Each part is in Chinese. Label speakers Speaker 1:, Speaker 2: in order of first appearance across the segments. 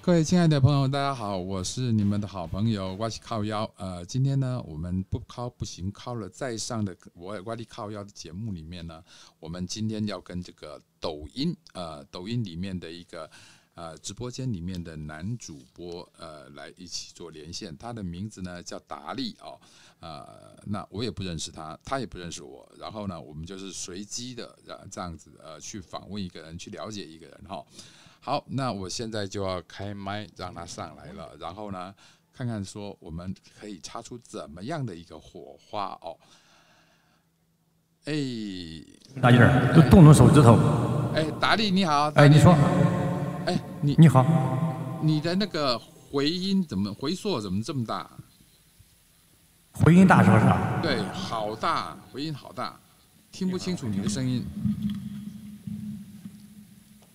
Speaker 1: 各位亲爱的朋友，大家好，我是你们的好朋友瓜西靠腰。呃，今天呢，我们不靠不行，靠了再上的我瓜西靠腰的节目里面呢，我们今天要跟这个抖音呃抖音里面的一个呃直播间里面的男主播呃来一起做连线，他的名字呢叫达利哦，呃，那我也不认识他，他也不认识我，然后呢，我们就是随机的呃这样子呃去访问一个人，去了解一个人哈、好，那我现在就要开麦让他上来了，然后呢，看看说我们可以擦出怎么样的一个火花哦。哎
Speaker 2: 大劲儿，就动动手指头。
Speaker 1: 哎，达利你好，达
Speaker 2: 哎，
Speaker 1: 利
Speaker 2: 你说，
Speaker 1: 哎你
Speaker 2: 你好，
Speaker 1: 你的那个回音怎么回溯怎么这么大？
Speaker 2: 回音大是不是啊？
Speaker 1: 对，好大，回音好大，听不清楚你的声音。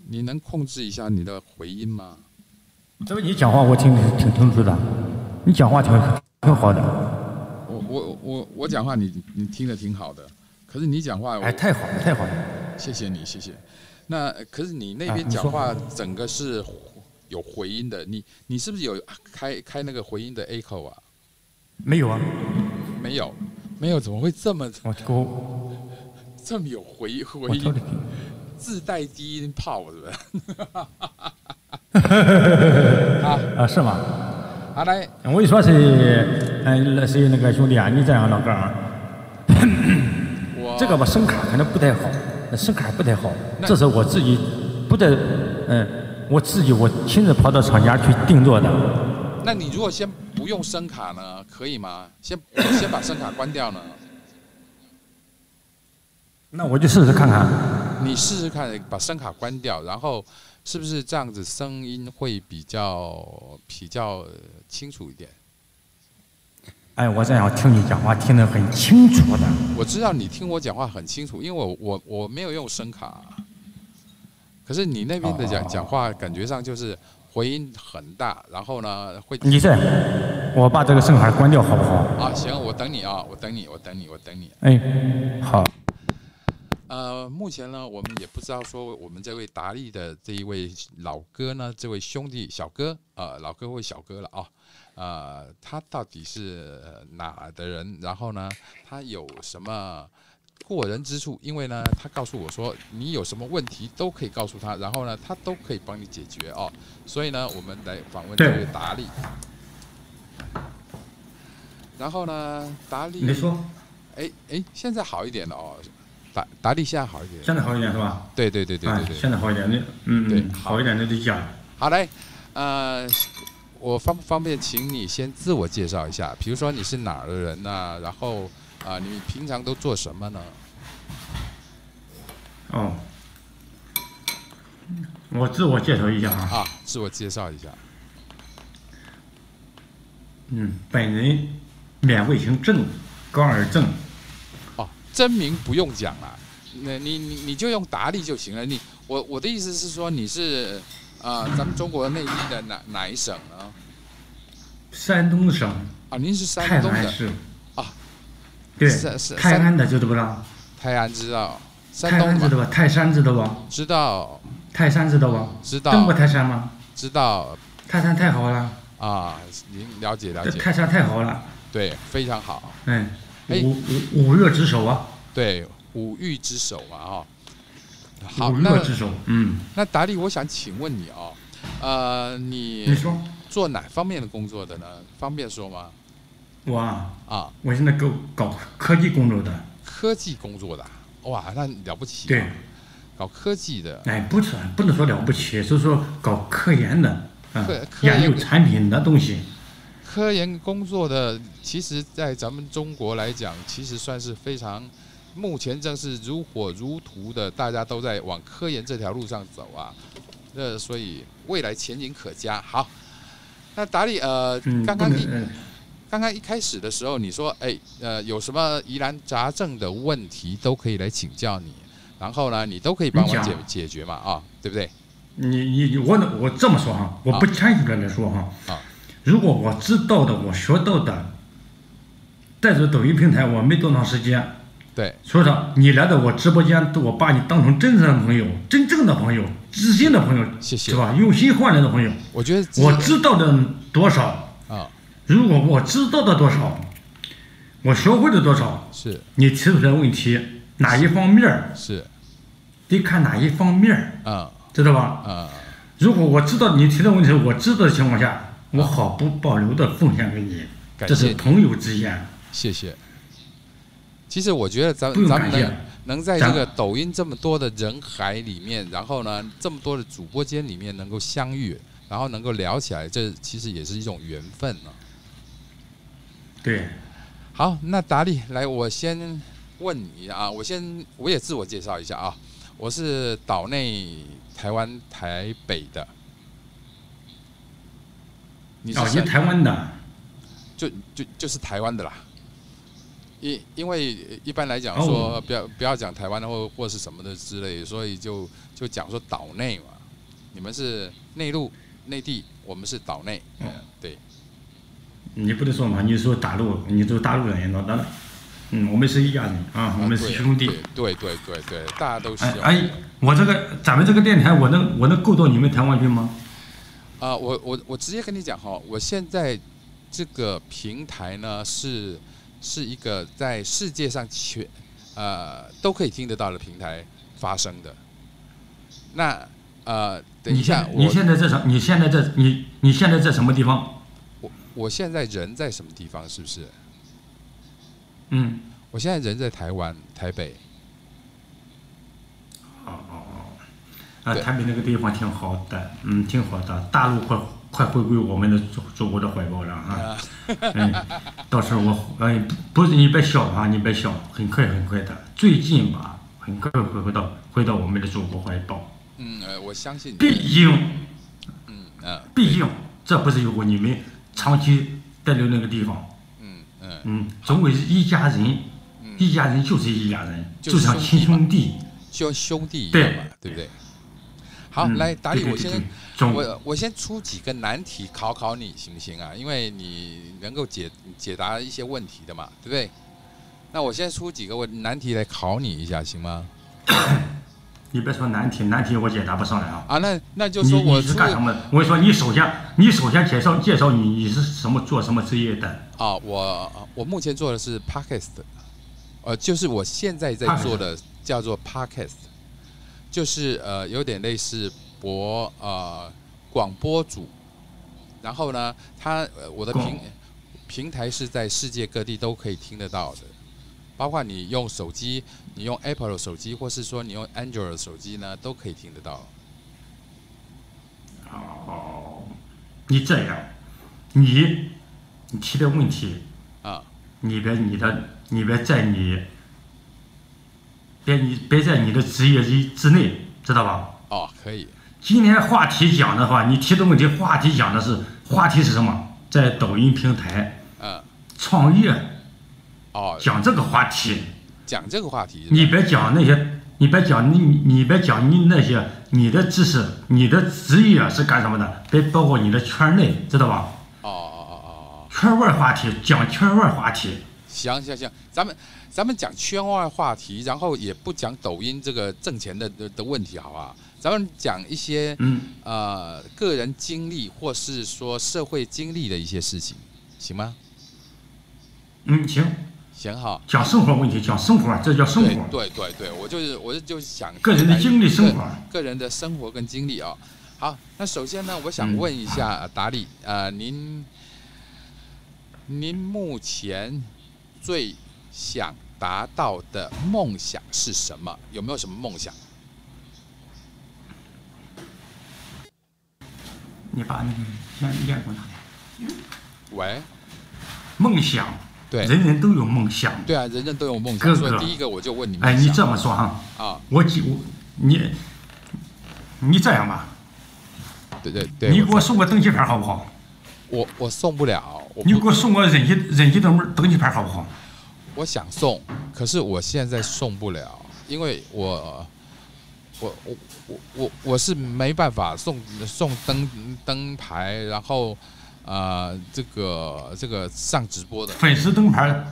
Speaker 1: 你能控制一下你的回音吗？
Speaker 2: 这不你讲话我听挺清楚的，你讲话挺挺好的。
Speaker 1: 我我我我讲话你你听得挺好的，可是你讲话我
Speaker 2: 哎，太好了，太好了。
Speaker 1: 谢谢你，谢谢。那呃可是你那
Speaker 2: 啊
Speaker 1: 边
Speaker 2: 你
Speaker 1: 讲
Speaker 2: 说
Speaker 1: 话整个是回有回音的，你你是不是有开开那个回音的 echo 啊？
Speaker 2: 没有啊，
Speaker 1: 没有，没有，怎么会这么
Speaker 2: 我我
Speaker 1: 这么有回回
Speaker 2: 我
Speaker 1: 音
Speaker 2: 调理。
Speaker 1: 自带低音炮是不是？
Speaker 2: 啊，是吗？
Speaker 1: 好来，
Speaker 2: 我一说是，嗯，是那个兄弟啊，你这样老哥啊，
Speaker 1: 我
Speaker 2: 这个吧声卡可能不太好，声卡不太好，这是我自己不在，嗯，我自己我亲自跑到厂家去定做的。
Speaker 1: 那你如果先不用声卡呢，可以吗？先先把声卡关掉呢？
Speaker 2: 那我就试试看看。
Speaker 1: 你试试看，把声卡关掉，然后是不是这样子声音会比较比较呃清楚一点？
Speaker 2: 哎，我这样听你讲话听得很清楚的。
Speaker 1: 我知道你听我讲话很清楚，因为我我我没有用声卡、可是你那边的讲讲话感觉上就是回音很大，然后呢会
Speaker 2: 你这样，我把这个声卡关掉好不好？
Speaker 1: 啊行，我等你啊，我等你，我等你，我等你。
Speaker 2: 哎，好，
Speaker 1: 呃，目前呢，我们也不知道说我们这位达利的这一位老哥呢，这位兄弟小哥，呃，老哥或小哥了啊，呃，他到底是呃哪的人？然后呢，他有什么过人之处？因为呢，他告诉我说，你有什么问题都可以告诉他，然后呢，他都可以帮你解决哦。所以呢，我们来访问这
Speaker 2: 对
Speaker 1: 位达利。然后呢，达利，
Speaker 2: 你说，
Speaker 1: 哎哎，现在好一点了哦，达达利现在好一点。
Speaker 2: 现在好一点是吧？
Speaker 1: 对对对对
Speaker 2: 哎
Speaker 1: 对，对。
Speaker 2: 现在好一点，那嗯，
Speaker 1: 对
Speaker 2: 嗯好一点那就讲。
Speaker 1: 好嘞，呃，我方不方便请你先自我介绍一下？比如说你是哪儿的人呢、然后啊、你平常都做什么呢？
Speaker 2: 哦，我自我介绍一下啊，
Speaker 1: 啊，自我介绍一下。
Speaker 2: 嗯，本人免卫星症，高尔症，
Speaker 1: 哦，真名不用讲啦，那你你你就用达利就行了。你我我的意思是说你是啊、咱们中国内地的哪哪一省呢？
Speaker 2: 山东省
Speaker 1: 啊，您是
Speaker 2: 泰
Speaker 1: 山东
Speaker 2: 安
Speaker 1: 的
Speaker 2: 市。
Speaker 1: 啊，
Speaker 2: 对
Speaker 1: 是是，
Speaker 2: 泰安的知道不知道？
Speaker 1: 泰安知道，山
Speaker 2: 泰
Speaker 1: 东
Speaker 2: 安知
Speaker 1: 嘛
Speaker 2: 道吧？泰山知道吧？
Speaker 1: 知道
Speaker 2: 泰山知道吧？
Speaker 1: 知
Speaker 2: 登过
Speaker 1: 道
Speaker 2: 泰山吗？
Speaker 1: 知道
Speaker 2: 泰山太好了，
Speaker 1: 啊，您了解了
Speaker 2: 这
Speaker 1: 解，
Speaker 2: 泰山太好了，
Speaker 1: 对，非常好。
Speaker 2: 嗯，
Speaker 1: 哎
Speaker 2: 五五五岳之首啊。
Speaker 1: 对，五欲之首嘛，哈、好，
Speaker 2: 五
Speaker 1: 那
Speaker 2: 岳之首。嗯，
Speaker 1: 那达利，我想请问你哦，呃，你
Speaker 2: 你说
Speaker 1: 做哪方面的工作的呢？方便说吗？
Speaker 2: 我啊，
Speaker 1: 啊，
Speaker 2: 我现在搞搞科技工作的，
Speaker 1: 科技工作的啊，哇，那了不起、啊，
Speaker 2: 对，
Speaker 1: 搞科技的，
Speaker 2: 哎，不是不能说了不起，就是说搞科研的，啊
Speaker 1: 科，科研
Speaker 2: 研究产品的东西。
Speaker 1: 科研工作的，其实，在咱们中国来讲，其实算是非常，目前正是如火如荼的，大家都在往科研这条路上走啊。那所以未来前景可嘉。好，那达利，呃，
Speaker 2: 嗯，
Speaker 1: 刚
Speaker 2: 不
Speaker 1: 刚
Speaker 2: 能
Speaker 1: 一
Speaker 2: 嗯
Speaker 1: 刚刚一开始的时候，你说，哎，呃，有什么疑难杂症的问题都可以来请教你，然后呢，你都可以帮我
Speaker 2: 你讲
Speaker 1: 解解决嘛，啊，对不对？
Speaker 2: 你你你我我这么说哈，我不谦虚的来说哈，
Speaker 1: 啊
Speaker 2: 如果我知道的，我学到的，在这抖音平台我没多长时间，
Speaker 1: 对，
Speaker 2: 所长，你来到我直播间，我把你当成真正的朋友，真正的朋友，知心的朋友，
Speaker 1: 谢谢
Speaker 2: 是吧？用心换来的朋友，
Speaker 1: 我觉得这
Speaker 2: 我知道的多少，
Speaker 1: 啊
Speaker 2: 如果我知道的多少，我学会的多少，
Speaker 1: 是
Speaker 2: 你提出的问题哪一方面儿
Speaker 1: 是
Speaker 2: 得看哪一方面儿，
Speaker 1: 啊
Speaker 2: 知道吧？
Speaker 1: 啊
Speaker 2: 如果我知道你提的问题，我知道的情况下，我毫不保留的奉献给你，
Speaker 1: 感
Speaker 2: 这
Speaker 1: 谢
Speaker 2: 是
Speaker 1: 你
Speaker 2: 朋友之间。
Speaker 1: 谢谢。其实我觉得咱
Speaker 2: 不用
Speaker 1: 咱们
Speaker 2: 嗯感谢
Speaker 1: 能能在
Speaker 2: 咱
Speaker 1: 这个抖音这么多的人海里面，然后呢这么多的主播间里面能够相遇，然后能够聊起来，这其实也是一种缘分呢、
Speaker 2: 对，
Speaker 1: 好，那达利，来，我先问你啊，我先我也自我介绍一下啊，我是岛内台湾台北的，你是
Speaker 2: 哦，
Speaker 1: 谁
Speaker 2: 你台湾的，
Speaker 1: 就就就是台湾的啦。因因为一般来讲
Speaker 2: 哦
Speaker 1: 说，不要不要讲台湾的或或是什么的之类，所以就就讲说岛内嘛。你们是内陆内地，我们是岛内。
Speaker 2: 哦
Speaker 1: 嗯，对，
Speaker 2: 你不能说嘛，你说大陆，你说大陆人，老大，嗯，我们是一家人啊，我们是
Speaker 1: 对
Speaker 2: 兄弟。
Speaker 1: 对对对对，大家都是啊
Speaker 2: 哎
Speaker 1: 兄弟。
Speaker 2: 哎，我这个咱们这个电台，我能我能够到你们台湾去吗？
Speaker 1: 啊、我我我直接跟你讲哈，我现在这个平台呢是是一个在世界上全呃都可以听得到的平台发生的。那呃，等一下，
Speaker 2: 你
Speaker 1: 我
Speaker 2: 现在你现在在什？你现在在你你现在在什么地方？
Speaker 1: 我我现在人在什么地方？是不是？
Speaker 2: 嗯，
Speaker 1: 我现在人在台湾台北。
Speaker 2: 啊，
Speaker 1: 对
Speaker 2: 台北那个地方挺好的，嗯，挺好的。大陆快快回归我们的祖祖国的怀抱了啊！嗯，到时候我哎，不是你别笑啊，你别笑，很快很快的，最近吧，很快会回到回到我们的祖国怀抱。
Speaker 1: 嗯，呃，我相信你。
Speaker 2: 毕竟，
Speaker 1: 嗯嗯
Speaker 2: 毕竟这不是有过你们长期待留那个地方，
Speaker 1: 嗯嗯，
Speaker 2: 嗯，总归是一家人，一家人就是一家人，
Speaker 1: 就是
Speaker 2: 嗯就像亲兄弟。
Speaker 1: 就像兄弟一
Speaker 2: 对
Speaker 1: 样嘛，对不对？好，
Speaker 2: 嗯
Speaker 1: 来，达
Speaker 2: 对
Speaker 1: 理，
Speaker 2: 对
Speaker 1: 我
Speaker 2: 对
Speaker 1: 先
Speaker 2: 对总
Speaker 1: 我我先出几个难题考考你，行不行啊？因为你能够解解答一些问题的嘛，对不对？那我先出几个问难题来考你一下，行吗？
Speaker 2: 你别说难题，难题我解答不上来啊。
Speaker 1: 啊，那那就
Speaker 2: 你
Speaker 1: 说我
Speaker 2: 你
Speaker 1: 出
Speaker 2: 是干什么的？我跟你说，你首先你首先介绍介绍你你是什么做什么职业的？
Speaker 1: 啊，我我目前做的是 podcast，呃，就是我现在在做的叫做 podcast，就是呃有点类似博呃广播主，然后呢，它呃我的
Speaker 2: 广
Speaker 1: 平平台是在世界各地都可以听得到的，包括你用手机，你用 Apple 的手机，或是说你用 Android 的手机呢，都可以听得到。
Speaker 2: 你这样，你你提的问题，
Speaker 1: 啊
Speaker 2: 你别你的你别在你别你别在你的职业之之内，知道吧？
Speaker 1: 哦，可以
Speaker 2: 今天话题讲的话，你提的问题，话题讲的是话题是什么？在抖音平台
Speaker 1: 嗯
Speaker 2: 创业
Speaker 1: 哦，
Speaker 2: 讲这个话题，
Speaker 1: 讲这个话题是吧
Speaker 2: 你别讲那些，你别讲你你别讲你那些你的知识、你的职业是干什么的，别包括你的圈内，知道吧？
Speaker 1: 哦哦哦哦哦。
Speaker 2: 圈外话题讲圈外话题，
Speaker 1: 行行行，咱们咱们讲圈外话题，然后也不讲抖音这个挣钱的的的问题，好不好？咱们讲一些
Speaker 2: 嗯，
Speaker 1: 呃个人经历或是说社会经历的一些事情，行吗？
Speaker 2: 嗯，行，
Speaker 1: 行哈。
Speaker 2: 讲生活问题，讲生活，这叫生
Speaker 1: 对
Speaker 2: 活。
Speaker 1: 对对对，我就是我就是想
Speaker 2: 个人的经历生活
Speaker 1: 个个人的生活跟经历啊、好，那首先呢，我想
Speaker 2: 嗯
Speaker 1: 问一下呃达理，呃，您您目前最想达到的梦想是什么？有没有什么梦想？
Speaker 2: 你把那个烟烟给我拿来。
Speaker 1: 喂，
Speaker 2: 梦想，
Speaker 1: 对
Speaker 2: 人人都有梦想。
Speaker 1: 对啊，人人都有梦想，
Speaker 2: 哥
Speaker 1: 所以
Speaker 2: 哥
Speaker 1: 第一个我就问你
Speaker 2: 哎，
Speaker 1: 梦
Speaker 2: 你
Speaker 1: 想
Speaker 2: 这么说哈，
Speaker 1: 啊，
Speaker 2: 我几我你你这样吧，
Speaker 1: 对对
Speaker 2: 你
Speaker 1: 对
Speaker 2: 给，我送个登记牌好不好？
Speaker 1: 我我送不了，我
Speaker 2: 你
Speaker 1: 不
Speaker 2: 给我送个忍气忍气的门登记牌好不好？
Speaker 1: 我想送，可是我现在送不了，因为我我我我我我是没办法送送灯灯牌，然后呃这个这个上直播的
Speaker 2: 粉丝灯牌，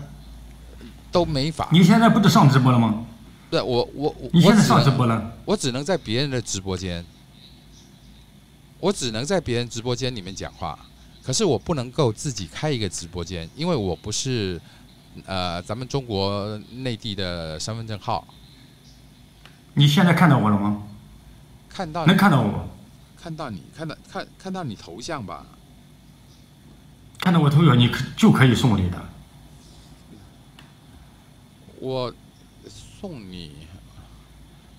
Speaker 1: 都没法。
Speaker 2: 你现在不是上直播了吗？
Speaker 1: 不是我我我，
Speaker 2: 你
Speaker 1: 我
Speaker 2: 现在
Speaker 1: 只
Speaker 2: 上
Speaker 1: 能
Speaker 2: 直播了，
Speaker 1: 我只能在别人的直播间，我只能在别人直播间里面讲话，可是我不能够自己开一个直播间，因为我不是呃咱们中国内地的身份证号。
Speaker 2: 你现在看到我了吗？
Speaker 1: 看到
Speaker 2: 能
Speaker 1: 你，
Speaker 2: 看到我，
Speaker 1: 看到你，看到看看到你头像吧？
Speaker 2: 看到我头像，你可就可以送礼的。
Speaker 1: 我送你，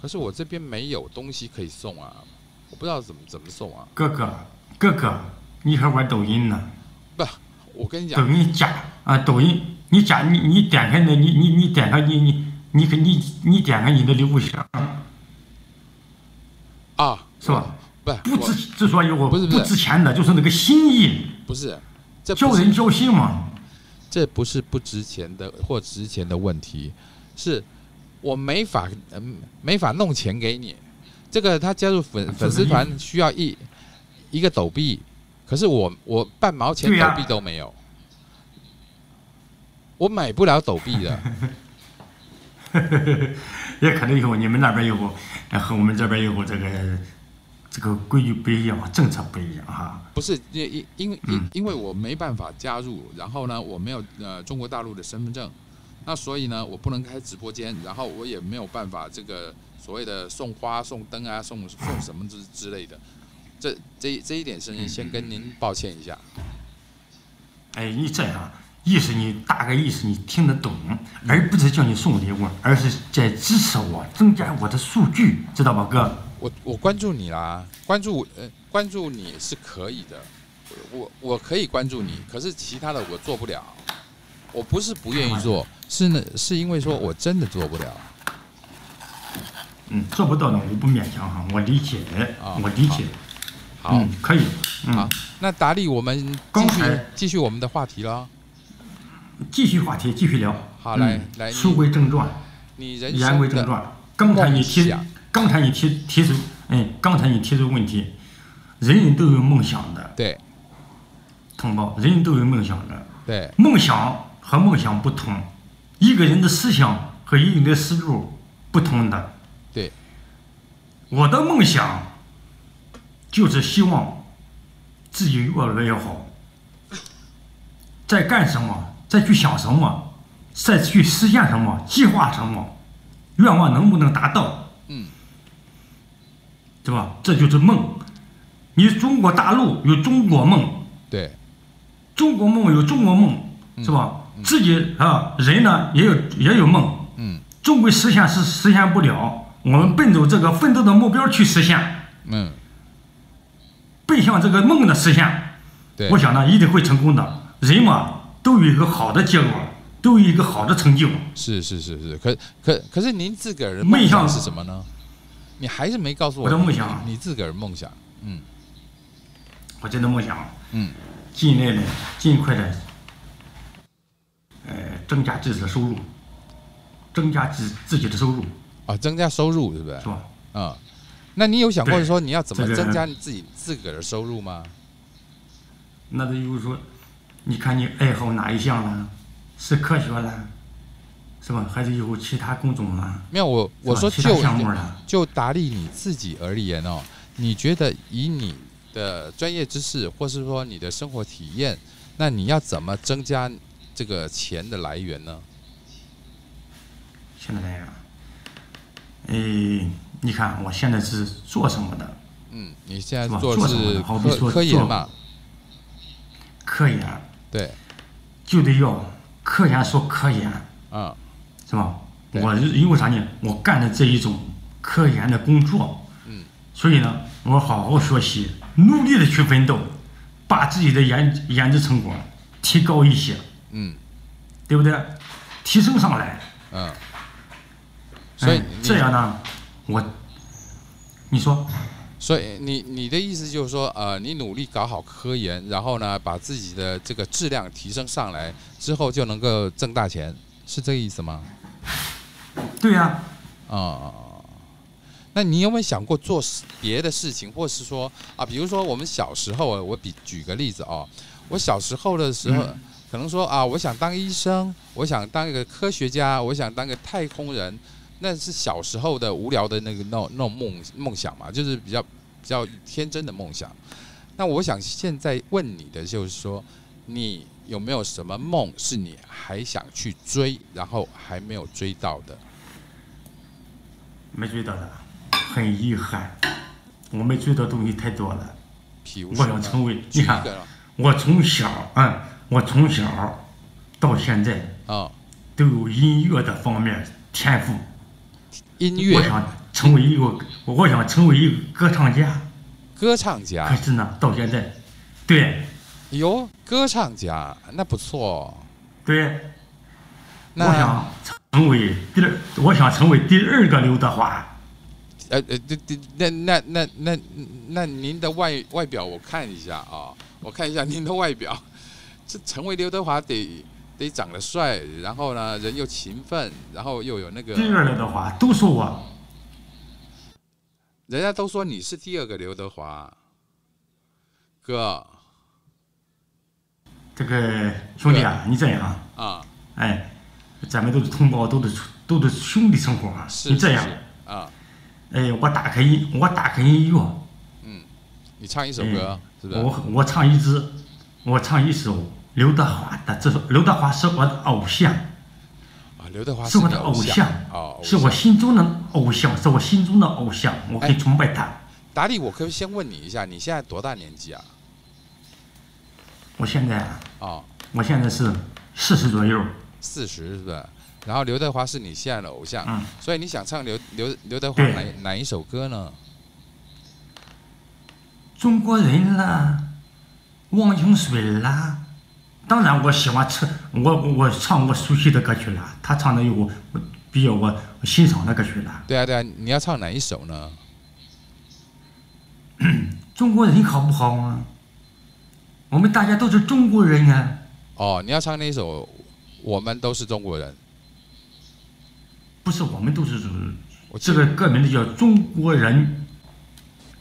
Speaker 1: 可是我这边没有东西可以送啊，我不知道怎么怎么送啊。
Speaker 2: 哥哥，哥哥，你还玩抖音呢？
Speaker 1: 不，我跟你
Speaker 2: 抖
Speaker 1: 讲，
Speaker 2: 音假啊，抖音，你假你你点开那，你你你点开你你你可你你点开你的礼物箱
Speaker 1: 啊，
Speaker 2: 是吧？
Speaker 1: 不，
Speaker 2: 不
Speaker 1: 我
Speaker 2: 值之所以我
Speaker 1: 不是不是
Speaker 2: 值钱的，就是那个心意，
Speaker 1: 不是，这
Speaker 2: 交
Speaker 1: 不是
Speaker 2: 人交心嘛。
Speaker 1: 这不是不值钱的或值钱的问题，是我没法嗯没法弄钱给你。这个他加入粉
Speaker 2: 啊
Speaker 1: 粉
Speaker 2: 这个
Speaker 1: 丝
Speaker 2: 意
Speaker 1: 团需要一一个抖币，可是我我半毛钱
Speaker 2: 对
Speaker 1: 抖
Speaker 2: 呀
Speaker 1: 币都没有，我买不了抖币 的。
Speaker 2: 也可能有你们那边有，呃和我们这边有这个这个规矩不一样，政策不一样哈。
Speaker 1: 不是，因因因为因因为我没办法加入，然后呢，我没有呃中国大陆的身份证，那所以呢，我不能开直播间，然后我也没有办法这个所谓的送花、送灯啊、送送什么之之类的，这这这一点声音先跟您抱歉一下。
Speaker 2: 哎，你这样意思你大概意思你听得懂，而不是叫你送礼物，而是在支持我，增加我的数据，知道吧，哥？
Speaker 1: 我我关注你啦，关注呃关注你是可以的，我我可以关注你，可是其他的我做不了，我不是不愿意做，是呢是因为说我真的做不了。
Speaker 2: 嗯，做不到的我不勉强哈，我理解，
Speaker 1: 啊
Speaker 2: 我理解，
Speaker 1: 好。
Speaker 2: 嗯，可以，
Speaker 1: 好
Speaker 2: 嗯，，
Speaker 1: 那达利，我们继
Speaker 2: 刚
Speaker 1: 续
Speaker 2: 才
Speaker 1: 继续我们的话题了。
Speaker 2: 继续话题，继续聊。
Speaker 1: 好
Speaker 2: 嗯
Speaker 1: 来来你
Speaker 2: 书归正传，
Speaker 1: 你人
Speaker 2: 言归
Speaker 1: 生
Speaker 2: 正
Speaker 1: 的
Speaker 2: 传。刚才你
Speaker 1: 梦
Speaker 2: 提
Speaker 1: 想，
Speaker 2: 刚才你提提出，嗯，刚才你提出问题，人人都有梦想的，
Speaker 1: 对
Speaker 2: 同胞，人人都有梦想的。
Speaker 1: 对
Speaker 2: 梦想和梦想不同，一个人的思想和一个人的思路不同的。
Speaker 1: 对，
Speaker 2: 我的梦想就是希望自己越来越好，在干什么，再去想什么，再去实现什么，计划什么，愿望能不能达到？
Speaker 1: 嗯，
Speaker 2: 对吧？这就是梦。你中国大陆有中国梦，
Speaker 1: 对
Speaker 2: 中国梦有中国
Speaker 1: 嗯
Speaker 2: 梦，是吧？自己啊，人呢也有也有梦，
Speaker 1: 嗯，
Speaker 2: 终归实现是实现不了。我们奔走这个奋斗的目标去实现，
Speaker 1: 嗯
Speaker 2: 奔向这个梦的实现。
Speaker 1: 对
Speaker 2: 我想呢，一定会成功的。人嘛，都有一个好的结果，都有一个好的成就。
Speaker 1: 是是是是，可可可是您自个儿的
Speaker 2: 梦
Speaker 1: 梦想
Speaker 2: 想
Speaker 1: 是什么呢？你还是没告诉我
Speaker 2: 我的
Speaker 1: 你
Speaker 2: 梦想啊
Speaker 1: 你自个儿梦想，嗯
Speaker 2: 我真的梦想
Speaker 1: 嗯
Speaker 2: 尽力的、尽快的，呃，增加自己的收入，增加自自己的收入，
Speaker 1: 啊，增加收入是不是
Speaker 2: 是？吧？
Speaker 1: 啊，那你有想过
Speaker 2: 对
Speaker 1: 说你要怎么
Speaker 2: 这个
Speaker 1: 增加你自己自个儿的收入吗？
Speaker 2: 那他就是说，你看你爱好哪一项啦？是科学啦，是吧？还是有其他工种啦？
Speaker 1: 没有，我我
Speaker 2: 是吧
Speaker 1: 说
Speaker 2: 其
Speaker 1: 就
Speaker 2: 他项目啦，
Speaker 1: 就达利你自己而言哦，你觉得以你的专业知识，或是说你的生活体验，那你要怎么增加这个钱的来源呢？
Speaker 2: 现在来讲，哎，你看我现在是做什么的？
Speaker 1: 嗯，你现在
Speaker 2: 是吧
Speaker 1: 做
Speaker 2: 做
Speaker 1: 的
Speaker 2: 什么
Speaker 1: 是
Speaker 2: 呢好比
Speaker 1: 科
Speaker 2: 说
Speaker 1: 科研
Speaker 2: 做
Speaker 1: 嘛，
Speaker 2: 科研
Speaker 1: 对，
Speaker 2: 就得要科研说科研，
Speaker 1: 啊、
Speaker 2: 是吧？
Speaker 1: 对
Speaker 2: 我是因为啥呢？我干的这一种科研的工作，
Speaker 1: 嗯，
Speaker 2: 所以呢，我好好学习，努力的去奋斗，把自己的研研制成果提高一些。
Speaker 1: 嗯
Speaker 2: 对不对？提升上来，
Speaker 1: 嗯，所以
Speaker 2: 哎
Speaker 1: 你
Speaker 2: 这样呢，我，你说，
Speaker 1: 所以你你的意思就是说，呃，你努力搞好科研，然后呢，把自己的这个质量提升上来之后，就能够挣大钱，是这个意思吗？
Speaker 2: 对呀、
Speaker 1: 啊、那你有没有想过做事别的事情，或是
Speaker 2: 嗯
Speaker 1: 说啊，比如说我们小时候啊，我比举个例子哦，我小时候的时候，可能说啊，我想当医生，我想当一个科学家，我想当个太空人，那是小时候的无聊的那个那种那种梦梦想嘛，就是比较比较天真的梦想。那我想现在问你的就是说，你有没有什么梦是你还想去追，然后还没有追到的？
Speaker 2: 没追到的，很遗憾，我没追到东西太多了。
Speaker 1: 比如
Speaker 2: 我
Speaker 1: 说
Speaker 2: 想
Speaker 1: 呢
Speaker 2: 成为，
Speaker 1: 举
Speaker 2: 你
Speaker 1: 一
Speaker 2: 看，
Speaker 1: 个了
Speaker 2: 我从小啊、嗯我从小到现在
Speaker 1: 啊，
Speaker 2: 都有音乐的方面天赋。
Speaker 1: 音
Speaker 2: 我
Speaker 1: 乐
Speaker 2: 想成为一个，我想成为一个歌唱家。
Speaker 1: 歌唱
Speaker 2: 可
Speaker 1: 家，
Speaker 2: 是呢，到现在，对
Speaker 1: 哟，歌唱家那不错哦。
Speaker 2: 对，我
Speaker 1: 那
Speaker 2: 想成为第二，我想成为第二个刘德华。
Speaker 1: 呃呃，这这那那那那那您的外外表我看一下啊，我看一下您的外表， 这成为刘德华得得长得帅，然后呢人又勤奋，然后又有那个，
Speaker 2: 第二个刘德华都说我，
Speaker 1: 人家都说你是第二个刘德华，哥
Speaker 2: 这个兄弟啊，你这样啊，
Speaker 1: 啊，
Speaker 2: 哎，咱们都是同胞，都是都是兄弟生活啊。
Speaker 1: 是
Speaker 2: 你这样
Speaker 1: 是，是啊，
Speaker 2: 哎，我打开音，我打开音乐，
Speaker 1: 你唱一首歌、是不是？
Speaker 2: 嗯我我唱一支，我唱一首刘德华的这首，刘德华是我的偶像，
Speaker 1: 啊，刘德华
Speaker 2: 是我
Speaker 1: 你
Speaker 2: 的偶
Speaker 1: 像哎
Speaker 2: 像，
Speaker 1: 哦，偶
Speaker 2: 是我心中的偶像，是我心中的偶像，我很崇拜他。
Speaker 1: 达利，我可不可以先问你一下，你现在多大年纪啊？
Speaker 2: 我现在啊，
Speaker 1: 哦，
Speaker 2: 我现在是四十左右，
Speaker 1: 四十是不是？然后刘德华是你现在的偶像，
Speaker 2: 嗯
Speaker 1: 所以你想唱刘刘刘德华
Speaker 2: 对
Speaker 1: 哪哪一首歌呢？
Speaker 2: 中国人啦，忘情水啦。当然，我喜欢唱我我唱我熟悉的歌曲啦，他唱的有我我比较我我欣赏的歌曲啦。
Speaker 1: 对啊对啊，你要唱哪一首呢？
Speaker 2: 中国人好不好啊？我们大家都是中国人啊，
Speaker 1: 哦，你要唱那一首《我们都是中国人》。
Speaker 2: 不是我们都是中
Speaker 1: 我记
Speaker 2: 这个歌名字叫《中国人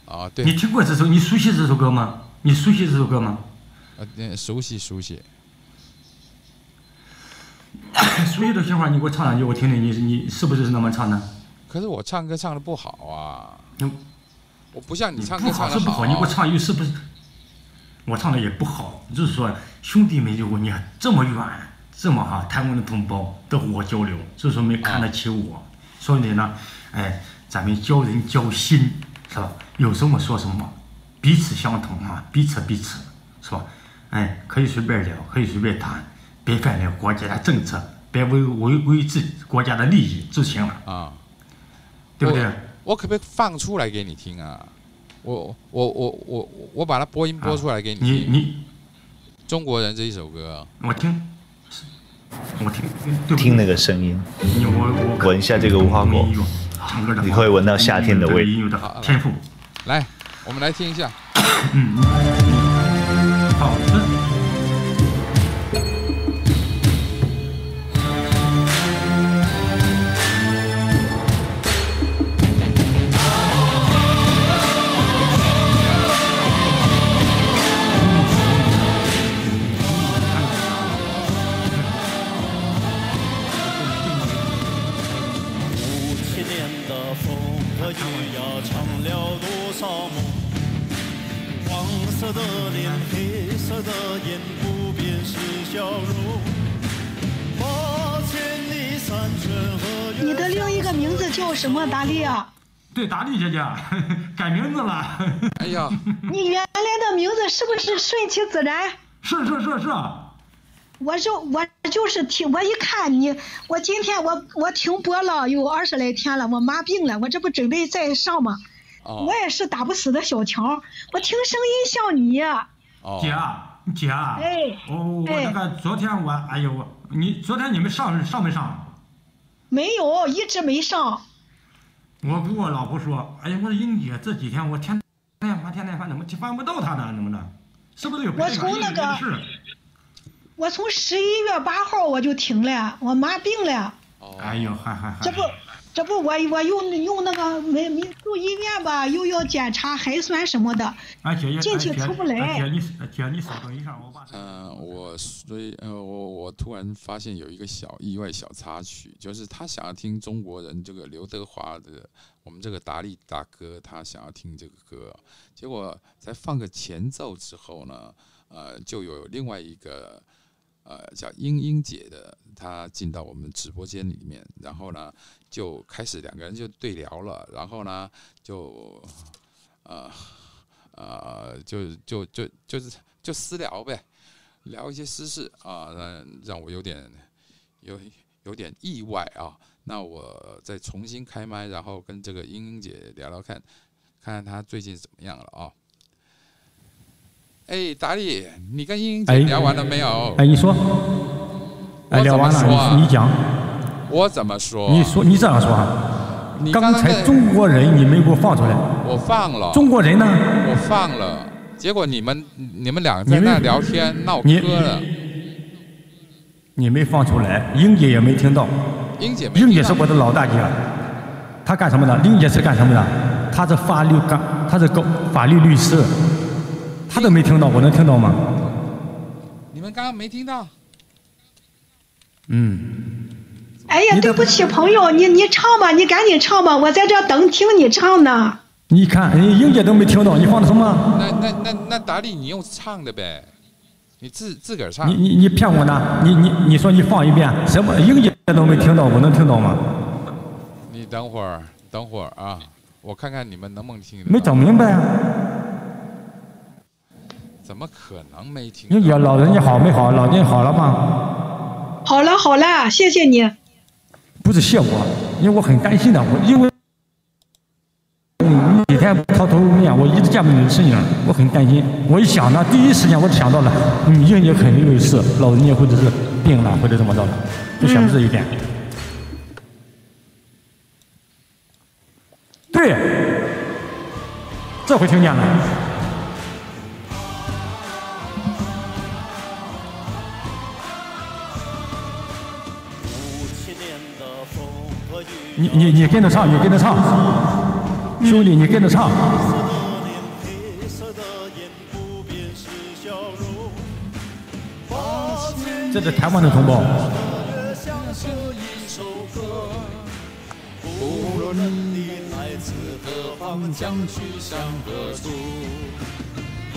Speaker 1: 啊、》。
Speaker 2: 你
Speaker 1: 对，
Speaker 2: 听过这首？你熟悉这首歌吗？你熟悉这首歌吗？
Speaker 1: 呃嗯熟悉熟悉。
Speaker 2: 熟悉的情况，你给我唱两句，我听听你你是不是那么唱的？
Speaker 1: 可是我唱歌唱的不好啊，
Speaker 2: 你
Speaker 1: 我不像你唱啊歌
Speaker 2: 不好
Speaker 1: 唱的
Speaker 2: 是不好，你给我嗯唱一是不是？我唱的也不好，就是说兄弟们，如果你看这么远，这么哈、台湾的同胞都和我交流，所以说没看得起我，所以呢，哎，咱们交人交心是吧？有什么说什么，彼此相同啊，彼此彼此是吧？哎，可以随便聊，可以随便谈，别干了国家的政策，别违违规自国家的利益就行了，
Speaker 1: 啊。
Speaker 2: 对不对？
Speaker 1: 我可不可以放出来给你听啊？我我我我我把它播音播出来给你
Speaker 2: 啊你
Speaker 1: 听。
Speaker 2: 你
Speaker 1: 中国人这一首歌，
Speaker 2: 我听，我听，对不对
Speaker 3: 听那个声音，
Speaker 2: 你我我
Speaker 3: 闻一下这个无花果
Speaker 2: 音乐唱歌的话
Speaker 3: 你会闻到夏天的味
Speaker 2: 音乐的天赋。
Speaker 1: 来，我们来听一下。
Speaker 2: 好，这
Speaker 4: 五七年的风和雨呀，唱了多少梦？黄色的脸，黑色的眼，不变是笑容。八千里山川和
Speaker 5: 你的另一个名字叫什么？达利啊？
Speaker 2: 对达利姐姐 改名字了，
Speaker 1: 哎呀，
Speaker 5: 你原来的名字是不是顺其自然？
Speaker 2: 是是是是，啊
Speaker 5: 我就我就是听我一看你，我今天我我停播了有二十来天了，我妈病了，我这不准备再上吗？
Speaker 1: 哦
Speaker 5: 我也是打不死的小强，我听声音像你，
Speaker 2: 姐啊
Speaker 1: 哦，
Speaker 2: 姐，
Speaker 5: 哎
Speaker 2: 我我
Speaker 5: 哎
Speaker 2: 那个昨天我哎呦我你昨天你们上上没上？
Speaker 5: 没有一直没上，
Speaker 2: 我跟我老婆说，哎呀，我说英姐这几天我天天烦天天烦，怎么翻不到她呢？怎么的？是不是有别的
Speaker 5: 我从那个
Speaker 2: 事儿？
Speaker 5: 我从十一月八号我就停了，我妈病了，
Speaker 1: 哦
Speaker 2: 哎呦，还还还，
Speaker 5: 这不这不我我又用那个没没住医院吧，又要检查核酸什么的，
Speaker 2: 俺姐也，
Speaker 5: 进去出不来
Speaker 2: 俺姐你呃姐你稍等一下，我把这
Speaker 1: 呃，我所以呃，我我突然发现有一个小意外小插曲，就是他想要听中国人这个刘德华的，我们这个达利大哥他想要听这个歌，结果在放个前奏之后呢，呃，就有另外一个呃叫英英姐的，她进到我们直播间里面，然后呢就开始两个人就对聊了，然后呢就呃呃就就就就是就私聊呗，聊一些私事啊，让让我有点有有点意外啊。那我再重新开麦，然后跟这个英英姐聊聊看，看看她最近怎么样了啊。哎，达利，你跟英英姐
Speaker 2: 哎
Speaker 1: 聊完了没有？
Speaker 2: 哎，你说，
Speaker 1: 我
Speaker 2: 哎，
Speaker 1: 怎
Speaker 2: 聊
Speaker 1: 么
Speaker 2: 完
Speaker 1: 说啊
Speaker 2: 了，你你讲，
Speaker 1: 我怎么说？
Speaker 2: 你说你这样说啊，
Speaker 1: 你
Speaker 2: 刚才
Speaker 1: 问
Speaker 2: 中国人你没给我放出来，
Speaker 1: 我放了，
Speaker 2: 中国人呢？
Speaker 1: 我放了，结果你们你们俩
Speaker 2: 你
Speaker 1: 在
Speaker 2: 们
Speaker 1: 那聊天闹
Speaker 2: 你
Speaker 1: 嗑了，
Speaker 2: 你没放出来，英姐也没听到，
Speaker 1: 英姐没
Speaker 2: 英
Speaker 1: 听
Speaker 2: 姐
Speaker 1: 到
Speaker 2: 是我的老大姐，啊她干什么的？英姐是干什么的？她是法律干，她是高法律律师，她都没听到，我能听到吗？
Speaker 1: 你们刚刚没听到？
Speaker 2: 嗯，
Speaker 5: 哎呀，
Speaker 2: 你
Speaker 5: 对
Speaker 2: 的
Speaker 5: 不起朋友，你你唱吧，你赶紧唱吧，我在这等听你唱呢。
Speaker 2: 你看，哎英姐都没听到，你放的什么？
Speaker 1: 那那那那达利，你用唱的呗，你自自个儿唱
Speaker 2: 你。你你骗我呢？你你你说你放一遍，什么英姐都没听到，我能听到吗？
Speaker 1: 你等会儿，等会儿啊，我看看你们能不能听得
Speaker 2: 没
Speaker 1: 到
Speaker 2: 整明白啊。
Speaker 1: 怎么可能没听
Speaker 2: 英姐
Speaker 1: 到？
Speaker 2: 老人家好没好？老人家好了吗？
Speaker 5: 好了好了，谢谢你。
Speaker 2: 不是谢我，因为我很担心的，我因为嗯你每天不抛头露面，我一直见不到你的身影，我很担心。我一想呢，第一时间我就想到了，嗯，英姐肯定有事，老人家或者是病了，或者怎么着了，就想到这一点。对，这回听见了。
Speaker 4: 五七年的风和雨
Speaker 2: 你你你跟着唱，你跟着唱，兄弟，你跟着唱。
Speaker 4: 黑色的脸，黑色的眼，不变是笑容。八千
Speaker 2: 这是台湾的同胞，
Speaker 4: 越像是一首歌，无论你来自何方，将去向何处，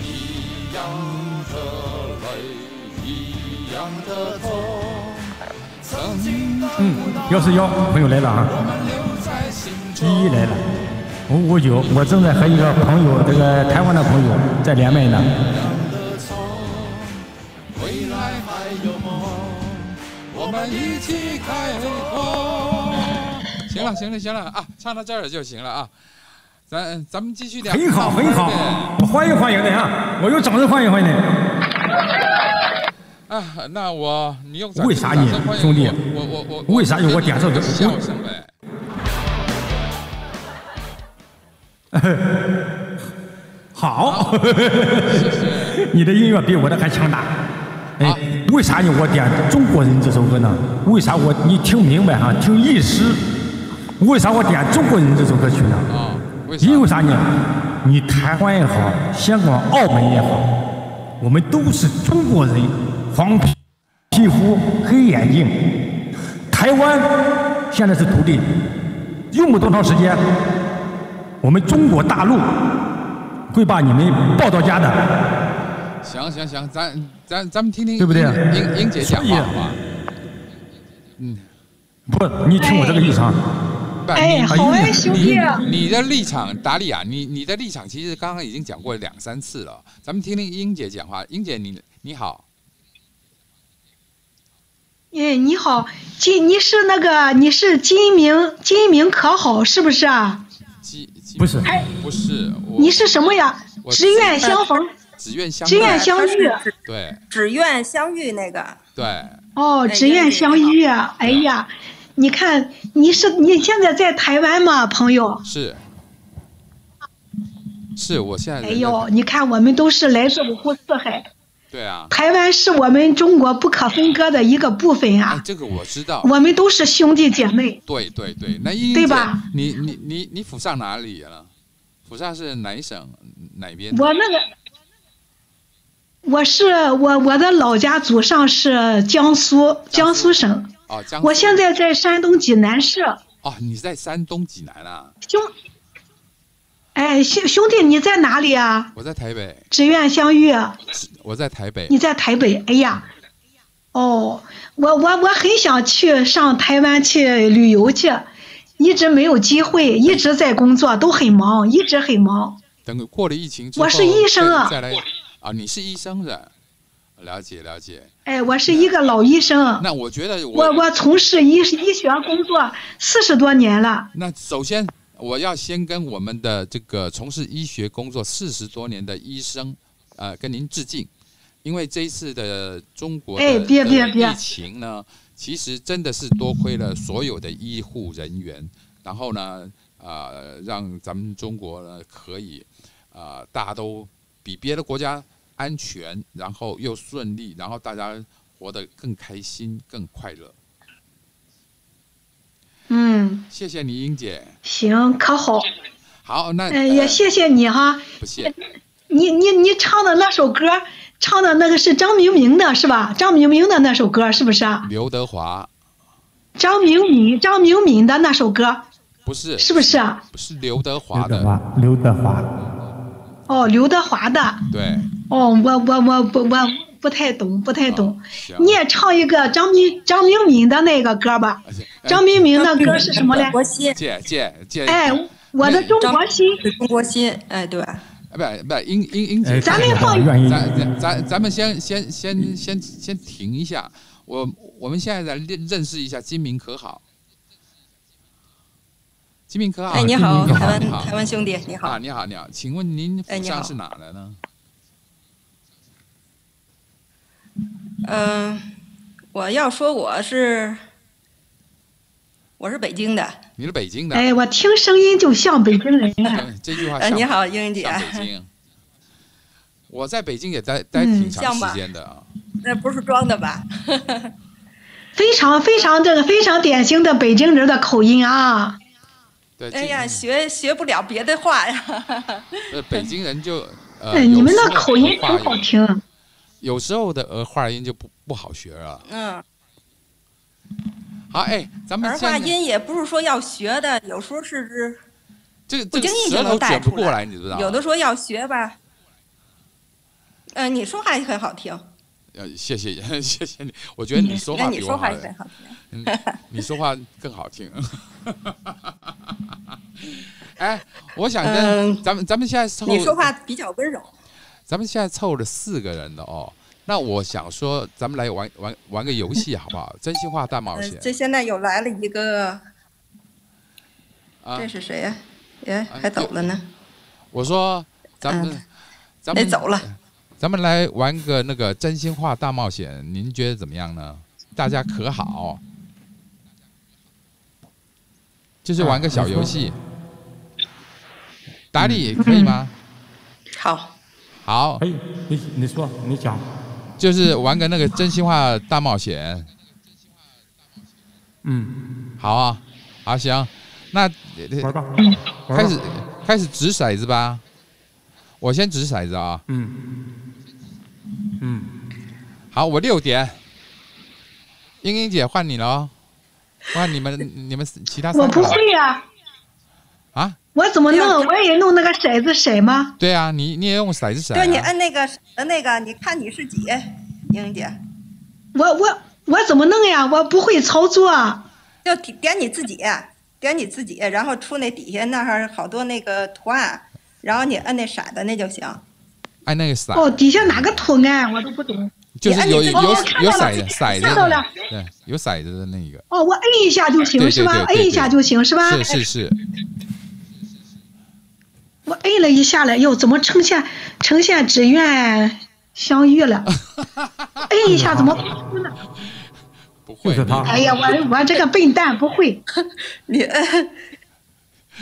Speaker 4: 一样的泪，一样的痛。曾经的
Speaker 2: 嗯，幺四幺朋友来了啊。
Speaker 4: 我们留在心中。
Speaker 2: 一一来了，五五九，我正在和一个朋友，这个台湾的朋友在连麦呢。
Speaker 4: 的愁，未来还有梦，我们一起开拓。
Speaker 1: 行了行了行了啊，唱到这儿就行了啊。咱咱们继续聊。
Speaker 2: 很好，很好，欢迎欢迎的啊！我用掌声欢迎欢迎的。
Speaker 1: 啊，那我你用掌
Speaker 2: 为啥你
Speaker 1: 掌声欢迎
Speaker 2: 兄弟
Speaker 1: 我我我
Speaker 2: 为啥有我点上
Speaker 1: 给
Speaker 2: 就
Speaker 1: 你笑声呗？
Speaker 2: 好，
Speaker 1: 谢谢。
Speaker 2: 你的音乐比我的还强大。哎
Speaker 1: 好，
Speaker 2: 为啥你我点《中国人》这首歌呢？为啥我你听明白啊？听意思。为啥我点《中国人》这首歌曲呢？
Speaker 1: 啊，为啥？
Speaker 2: 因为啥呢？你台湾也好，香港、澳门也好，我们都是中国人，黄皮皮肤、黑眼睛。台湾现在是独立，用不多长时间，我们中国大陆会把你们抱到家的。
Speaker 1: 行行行，咱咱咱们听听，
Speaker 2: 对不对
Speaker 1: 英英姐讲
Speaker 2: 所以
Speaker 1: 话好吧？
Speaker 2: 不，你听我这个意思啊，
Speaker 1: 不然
Speaker 5: 哎，
Speaker 1: 你
Speaker 5: 好
Speaker 2: 哎
Speaker 5: 哎，
Speaker 2: 呀
Speaker 5: 兄弟，
Speaker 1: 你的立场，达利亚，你你的立场其实刚刚已经讲过两三次了。咱们听听英姐讲话，英姐你你好，
Speaker 5: 哎，你好，金，你是那个你是金明，金明可好是不是啊？
Speaker 1: 鸡鸡
Speaker 2: 不是
Speaker 1: 不是，我
Speaker 5: 你是什么呀
Speaker 1: 我？
Speaker 5: 只愿相逢，
Speaker 1: 只愿相
Speaker 5: 只愿
Speaker 1: 待
Speaker 5: 相遇。
Speaker 1: 对
Speaker 6: 只愿相遇那个，
Speaker 1: 对，
Speaker 5: 哦，
Speaker 6: 哎
Speaker 5: 只愿相遇。哎
Speaker 1: 对
Speaker 5: 呀，你看你是你现在在台湾吗，朋友？
Speaker 1: 是是，我现在
Speaker 5: 哎
Speaker 1: 人在
Speaker 5: 呦，你看我们都是来自五湖四海。
Speaker 1: 对啊，
Speaker 5: 台湾是我们中国不可分割的一个部分
Speaker 1: 哎
Speaker 5: 啊，，
Speaker 1: 这个我知道。
Speaker 5: 我们都是兄弟姐妹。
Speaker 1: 对对对，那英英
Speaker 5: 对
Speaker 1: 姐
Speaker 5: 吧？
Speaker 1: 你你你你府上哪里了？府上是哪一省哪边？
Speaker 5: 我那个，我是我我的老家祖上是江苏江苏省，
Speaker 1: 哦，江苏。
Speaker 5: 我现在在山东济南市。
Speaker 1: 哦，你在山东济南啊？
Speaker 5: 兄，哎兄兄弟你在哪里啊？
Speaker 1: 我在台北，
Speaker 5: 只愿相遇。啊
Speaker 1: 我在台北。
Speaker 5: 你在台北，哎呀，哦，我我我很想去上台湾去旅游去，一直没有机会，一直在工作，都很忙，一直很忙。
Speaker 1: 等过了疫情之后，
Speaker 5: 我是医生啊
Speaker 1: 再再来啊，你是医生的，了解了解。
Speaker 5: 哎，我是一个老医生，
Speaker 1: 那我觉得
Speaker 5: 啊我我从事医医学工作四十多年了。
Speaker 1: 那首先，我要先跟我们的这个从事医学工作四十多年的医生，呃，跟您致敬，因为这一次的中国的
Speaker 5: 哎别
Speaker 1: 的
Speaker 5: 别别
Speaker 1: 疫情呢，其实真的是多亏了所有的医护人员，然后呢，呃，让咱们中国呢可以，呃，大家都比别的国家安全，然后又顺利，然后大家活得更开心、更快乐。
Speaker 5: 嗯，
Speaker 1: 谢谢你，英姐。
Speaker 5: 行，可 好？
Speaker 1: 好，那、
Speaker 5: 哎，也
Speaker 1: 呃
Speaker 5: 谢谢你哈，
Speaker 1: 不谢。
Speaker 5: 你你你唱的那首歌，唱的那个是张明明的是吧？张明明的那首歌是不是啊？
Speaker 1: 刘德华
Speaker 5: 张明敏，张明敏的那首歌
Speaker 1: 不是
Speaker 5: 是不是啊？
Speaker 1: 不是刘德华
Speaker 2: 刘
Speaker 1: 的
Speaker 2: 德，华，刘德华，
Speaker 5: 哦，刘德华的。
Speaker 1: 对，啊
Speaker 5: 哦，我我我不我不太懂，不太懂。
Speaker 1: 行
Speaker 5: 你也唱一个张明张明敏的那个歌吧。
Speaker 1: 而且哎
Speaker 5: 张明敏的歌是什么嘞？
Speaker 6: 国新，
Speaker 1: 姐姐姐，
Speaker 5: 哎，我的中国心。
Speaker 6: 中国新，哎，对，
Speaker 1: 哎，不不，英英英姐，
Speaker 2: 哎
Speaker 5: 咱们放
Speaker 2: 愿意
Speaker 1: 咱咱咱咱们先先先先先停一下，我我们现在来认认识一下金明可好？金明可好？
Speaker 6: 哎，你好，
Speaker 1: 金明
Speaker 6: 台湾
Speaker 1: 啊你
Speaker 6: 台湾兄弟，你
Speaker 1: 啊，
Speaker 6: 好，
Speaker 1: 你好你好，请问您
Speaker 6: 哎
Speaker 1: 府
Speaker 6: 你好
Speaker 1: 上是哪的呢？
Speaker 6: 嗯，我要说我是我是北京的，
Speaker 1: 你是北京的，
Speaker 5: 哎，我听声音就像北京人 啊。
Speaker 1: 对这句话
Speaker 6: 哎，
Speaker 1: 像
Speaker 6: 你好，英姐，
Speaker 1: 像北 京。我在北京也
Speaker 6: 嗯
Speaker 1: 待待挺长
Speaker 6: 像吧
Speaker 1: 时间的啊，
Speaker 6: 那不是装的吧？
Speaker 5: 非常非常这个非常典型的北京人的口音啊。
Speaker 1: 对，
Speaker 6: 哎
Speaker 1: 这
Speaker 6: 呀，学学不了别的话呀，
Speaker 1: 呃，北京人就呃，
Speaker 5: 哎，
Speaker 1: 有
Speaker 5: 你们
Speaker 1: 时
Speaker 5: 的
Speaker 1: 候
Speaker 5: 口
Speaker 1: 儿
Speaker 5: 音
Speaker 1: 化
Speaker 5: 真好
Speaker 1: 音，
Speaker 5: 听。
Speaker 1: 有时候的儿化音就不不好学了。
Speaker 6: 嗯，
Speaker 1: 好，哎，咱们
Speaker 6: 儿
Speaker 1: 现
Speaker 6: 化
Speaker 1: 在
Speaker 6: 音也不是说要学的，有时候是
Speaker 1: 这个
Speaker 6: 不
Speaker 1: 这个
Speaker 6: 经意
Speaker 1: 舌
Speaker 6: 就
Speaker 1: 头
Speaker 6: 能带
Speaker 1: 卷不
Speaker 6: 出
Speaker 1: 过
Speaker 6: 来
Speaker 1: 来，你知道吗？
Speaker 6: 有的说要学吧。嗯，你说话也很好听，
Speaker 1: 呃，谢谢 谢谢你，我觉得你说
Speaker 6: 嗯那
Speaker 1: 话
Speaker 6: 你
Speaker 1: 比
Speaker 6: 说
Speaker 1: 我
Speaker 6: 话
Speaker 1: 好
Speaker 6: 也，很好听。
Speaker 1: 嗯 你说话更好听。 哎，我想跟
Speaker 6: 嗯
Speaker 1: 咱们咱们现在凑
Speaker 6: 你说话比较温柔。
Speaker 1: 咱们现在凑了四个人了哦。那我想说，咱们来玩玩玩个游戏好不好？真心话大冒
Speaker 6: 嗯，
Speaker 1: 险
Speaker 6: 这现在又来了一个，
Speaker 1: 啊
Speaker 6: 这！是谁呀、耶，
Speaker 1: 啊
Speaker 6: 还走了呢。
Speaker 1: 我说，咱们
Speaker 6: 嗯
Speaker 1: 咱们嗯
Speaker 6: 哎走了，
Speaker 1: 咱们来玩个那个真心话大冒险，您觉得怎么样呢？大家可好？就是玩个小游戏，打理可以吗？
Speaker 6: 好，
Speaker 1: 好，
Speaker 2: 哎，你你说你讲，
Speaker 1: 就是玩个那个真心话大冒险，
Speaker 2: 嗯，
Speaker 1: 好啊，好行，那呃
Speaker 2: 玩吧，玩吧
Speaker 1: 开始，开始掷骰子吧，我先掷骰子啊，
Speaker 2: 嗯，嗯，
Speaker 1: 好，我六点，英英姐换你了哦，换你们你 们其他
Speaker 5: 我
Speaker 1: 三个
Speaker 5: 不
Speaker 1: 了
Speaker 5: 会呀、
Speaker 1: 啊。
Speaker 5: 我怎么
Speaker 6: 哎呀
Speaker 5: 弄？我也弄那个骰子骰吗？
Speaker 1: 对啊，你你也用骰子骰、啊。
Speaker 6: 对你摁那个摁那个，你看你是几，英姐，
Speaker 5: 我我我怎么弄呀？我不会操作啊。
Speaker 6: 就点点你自己，点你自己，然后出那底下那儿好多那个图案，然后你摁那骰子那就行。
Speaker 1: 按哎那个骰，
Speaker 5: 哦，底下哪个图案我都不懂。
Speaker 1: 就是有
Speaker 6: 你
Speaker 1: 有
Speaker 6: 按
Speaker 1: 有
Speaker 5: 那个
Speaker 1: 有
Speaker 5: 哦
Speaker 1: 骰子骰
Speaker 5: 看到了
Speaker 1: 子
Speaker 5: 看到了
Speaker 1: 的，对，有骰子的那个，
Speaker 5: 哦，我摁一下就行
Speaker 1: 对
Speaker 5: 是吧？
Speaker 1: 对对对
Speaker 5: 摁一下就行是吧？哎
Speaker 1: 是是 是，
Speaker 5: 我摁了一下了，哟，怎么呈现呈现只 愿相遇了？摁一下怎么哭呢？
Speaker 1: 不
Speaker 2: 就
Speaker 1: 会
Speaker 2: 是他，
Speaker 5: 哎呀，我我这个笨蛋不会，
Speaker 6: 你摁，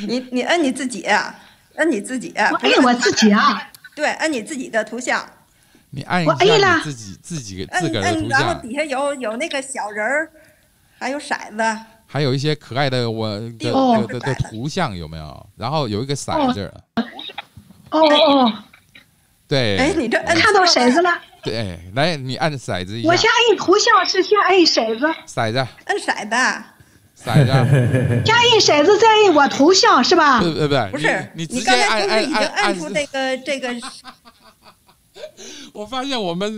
Speaker 6: 你你摁你自己，摁你自己，
Speaker 5: 哎我
Speaker 6: 不是
Speaker 5: 摁我自己啊。
Speaker 6: 对，摁你自己的图像。
Speaker 1: 你你按一
Speaker 5: 我
Speaker 1: 下
Speaker 5: 摁了
Speaker 1: 你自己自己自
Speaker 6: 摁
Speaker 1: 个儿的
Speaker 6: 摁，
Speaker 1: 图
Speaker 6: 然后
Speaker 1: 像，
Speaker 6: 底下有有那个小人儿，还有骰子，
Speaker 1: 还有一些可爱的我的
Speaker 6: 哦
Speaker 1: 的的的图像有没有？然后有一个骰子，
Speaker 5: 哦哦，啊
Speaker 6: 哎，
Speaker 1: 对
Speaker 6: 你这摁
Speaker 5: 看到骰子
Speaker 6: 了，
Speaker 5: 了，
Speaker 1: 对，来你按骰子一
Speaker 5: 我先
Speaker 1: 下，
Speaker 5: 摁图像是先摁骰子，
Speaker 1: 骰子
Speaker 6: 摁骰子
Speaker 1: 哎
Speaker 6: 啊，
Speaker 1: 骰 子，啊
Speaker 5: 先摁骰子，再摁我头像是吧？
Speaker 1: 不不不，
Speaker 6: 不是，
Speaker 1: 你直
Speaker 6: 你
Speaker 1: 接
Speaker 6: 刚
Speaker 1: 按
Speaker 6: 才不是
Speaker 1: 按
Speaker 6: 已经
Speaker 1: 按
Speaker 6: 摁出这个这个
Speaker 1: 我发现我们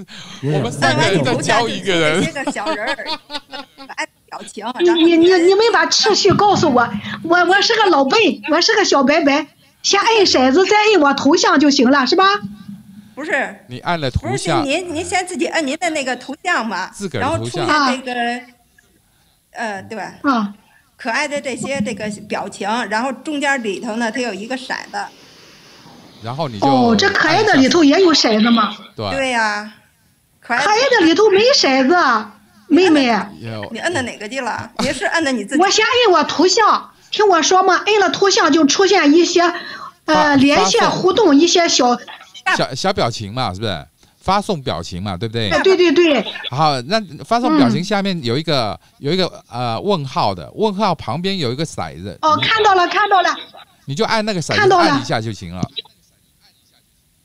Speaker 1: 我
Speaker 2: 有
Speaker 1: 们
Speaker 2: 点不
Speaker 1: 三
Speaker 6: 摁
Speaker 1: 个人
Speaker 6: 完你
Speaker 1: 在
Speaker 6: 不
Speaker 1: 教一个人
Speaker 6: 这，个小 人儿，按表情，
Speaker 5: 你
Speaker 6: 然后
Speaker 5: 你你你们把秩序告诉我，我我是个老笨，我是个小白白，先摁骰子，再摁我头像就行了，是吧？
Speaker 6: 不是
Speaker 1: 你按了
Speaker 6: 不
Speaker 1: 图
Speaker 6: 是
Speaker 1: 像，
Speaker 6: 您您先自己摁您的那个图像吧
Speaker 1: 自，个儿的
Speaker 6: 然后
Speaker 1: 图
Speaker 6: 出现
Speaker 1: 像
Speaker 6: 那个呃对。
Speaker 5: 啊，
Speaker 6: 可爱的这些这个表情，然后中间里头呢，它有一个骰子，
Speaker 1: 然后你就
Speaker 5: 哦，这可爱的
Speaker 1: 按
Speaker 5: 里
Speaker 1: 下
Speaker 5: 头也有骰子吗？
Speaker 1: 对，
Speaker 6: 对呀、可爱
Speaker 5: 可爱的里头没骰子，妹妹，
Speaker 1: 有
Speaker 6: 你摁到哪个去 了？你是摁的你自己
Speaker 5: 我先摁我图像，听我说嘛，摁了图像就出现一些，
Speaker 1: 发
Speaker 5: 呃，连
Speaker 1: 发
Speaker 5: 线
Speaker 1: 送
Speaker 5: 互动一些小，
Speaker 1: 小小表情嘛，是不是？发送表情嘛，对不对？
Speaker 5: 呃对对对，
Speaker 1: 好，那发送表情下面有一个、有一个呃问号的，问号旁边有一个骰
Speaker 6: 嗯
Speaker 1: 子，
Speaker 5: 哦，看到了看到了，
Speaker 1: 你就按那个骰
Speaker 5: 看
Speaker 1: 子
Speaker 5: 到了
Speaker 1: 按一下就行了。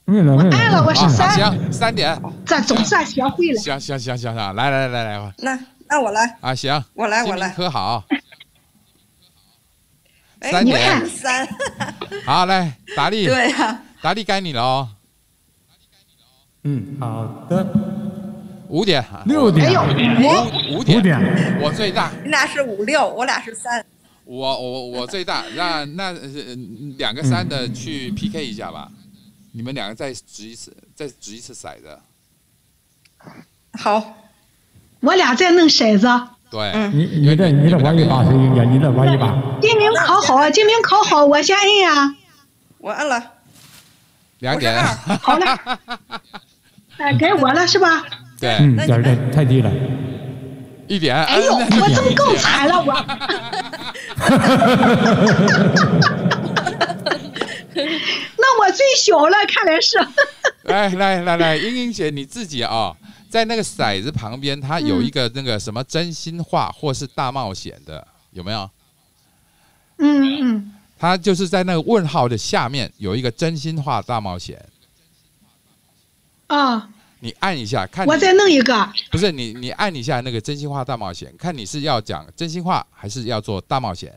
Speaker 2: 为了为嗯了，
Speaker 5: 按了我是
Speaker 1: 啊，
Speaker 5: 三
Speaker 1: 行，三点，
Speaker 5: 这总算学会了。
Speaker 1: 行行行行行，来来来来，
Speaker 6: 那那我来，
Speaker 1: 啊行，
Speaker 6: 我来
Speaker 1: 金
Speaker 6: 我
Speaker 1: 明
Speaker 6: 来
Speaker 1: 科好，
Speaker 6: 哎，
Speaker 1: 三
Speaker 6: 你
Speaker 1: 点
Speaker 6: 按三，
Speaker 1: 好来，达利，
Speaker 6: 对呀、
Speaker 1: 达利该你了哦，
Speaker 2: 嗯，好的，
Speaker 1: 五点，啊
Speaker 2: 六点，
Speaker 5: 哎呦，我
Speaker 1: 五五点，
Speaker 2: 五点，
Speaker 1: 我最大，
Speaker 6: 你俩是五六，我俩是三，
Speaker 1: 我我我最大，让那呃两个三的去 PK 一下吧，你们两个再掷一次，再掷一次骰子，
Speaker 6: 好，
Speaker 5: 我俩在弄骰子，
Speaker 1: 对，
Speaker 6: 嗯
Speaker 2: 你你再你再玩一把，行啊行，你再玩一把，
Speaker 5: 金明考好啊，金明考好，我先摁啊。
Speaker 6: 我摁了，
Speaker 1: 两点，
Speaker 5: 好了，哎，该我了是吧？
Speaker 1: 对，
Speaker 2: 嗯，
Speaker 6: 那你
Speaker 2: 点儿太太低了，
Speaker 1: 一点，
Speaker 5: 哎呦，
Speaker 1: 嗯 那
Speaker 5: 我
Speaker 1: 就
Speaker 5: 这么
Speaker 1: 一
Speaker 5: 更
Speaker 1: 点
Speaker 5: 惨了 我。那我最小了，看来是。
Speaker 1: 来哎来来来，英英姐你自己啊、在那个骰子旁边，它有一个那个什么真心话或是大冒险的，有没有？
Speaker 5: 嗯嗯，
Speaker 1: 它就是在那个问号的下面有一个真心话大冒险，
Speaker 5: 啊，
Speaker 1: 你按一下，看你
Speaker 5: 我再弄一个。
Speaker 1: 不是你你按一下那个真心话大冒险，看你是要讲真心话还是要做大冒险？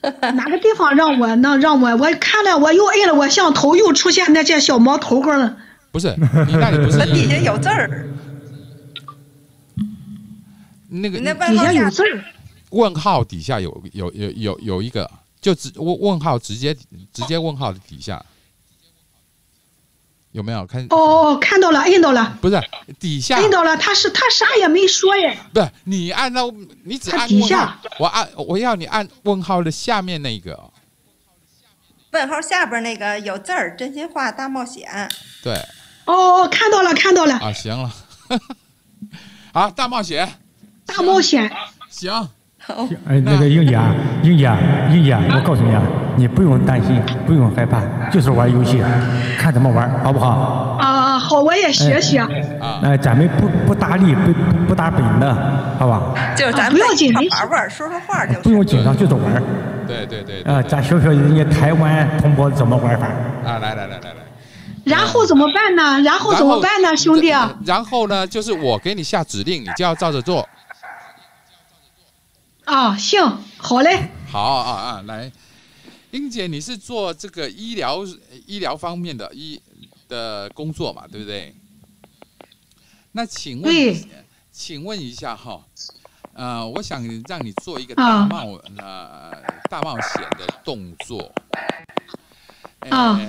Speaker 5: 哪个地方让我能让我我看了我又摁了，我像头又出现那些小毛头儿了。
Speaker 1: 不是你那里不
Speaker 6: 那底
Speaker 1: 是
Speaker 6: 下有字儿，
Speaker 1: 那
Speaker 6: 你那
Speaker 1: 个
Speaker 6: 问
Speaker 5: 底
Speaker 6: 号
Speaker 5: 下有
Speaker 6: 下
Speaker 5: 字儿，
Speaker 1: 问号底下有有有有有一个，就直问问号直接直接问号的底下有没有看？
Speaker 5: 哦哦，看到了，摁到了，
Speaker 1: 不是底下
Speaker 5: 摁到了，他是他啥也没说耶。
Speaker 1: 不是你按到你只按
Speaker 5: 它底
Speaker 1: 问号
Speaker 5: 下，
Speaker 1: 我按我要你按问号的下面那个，哦
Speaker 6: 问号下边那个有字儿，真心话大冒险，
Speaker 1: 对
Speaker 5: 哦哦，看到了，看到了，
Speaker 1: 啊，行了， 好大冒险，
Speaker 5: 大冒险。
Speaker 1: 行，
Speaker 2: 哎，那个英姐啊，英姐啊，英姐啊，我告诉你啊，你不用担心，不用害怕，就是玩游戏，看怎么玩，好不好？
Speaker 5: 啊，好，我也学学，
Speaker 2: 哎，咱们不不搭理，不不不搭本的，好吧？
Speaker 6: 就是咱
Speaker 5: 啊
Speaker 6: 们
Speaker 5: 不要紧
Speaker 6: 在一
Speaker 5: 没
Speaker 6: 块
Speaker 5: 事
Speaker 6: 玩玩，说说话就
Speaker 2: 不
Speaker 6: 是。
Speaker 2: 用紧张，就是玩儿。
Speaker 1: 对对对对
Speaker 2: 啊，咱学学人家台湾同胞怎么玩法。
Speaker 1: 啊，来来来来来，
Speaker 5: 然后怎么办呢？然后
Speaker 1: 然
Speaker 5: 怎么办呢，兄弟？
Speaker 1: 然然后呢，就是我给你下指令，你就要照着做。
Speaker 5: 啊，行，好嘞，
Speaker 1: 好啊啊，来，英姐，你是做这个医疗呃医疗方面的医的工作嘛，对不对？那请问
Speaker 5: 对，
Speaker 1: 请问一下哈，呃，我想让你做一个大
Speaker 5: 啊
Speaker 1: 冒、呃大冒险的动作。哎
Speaker 5: 啊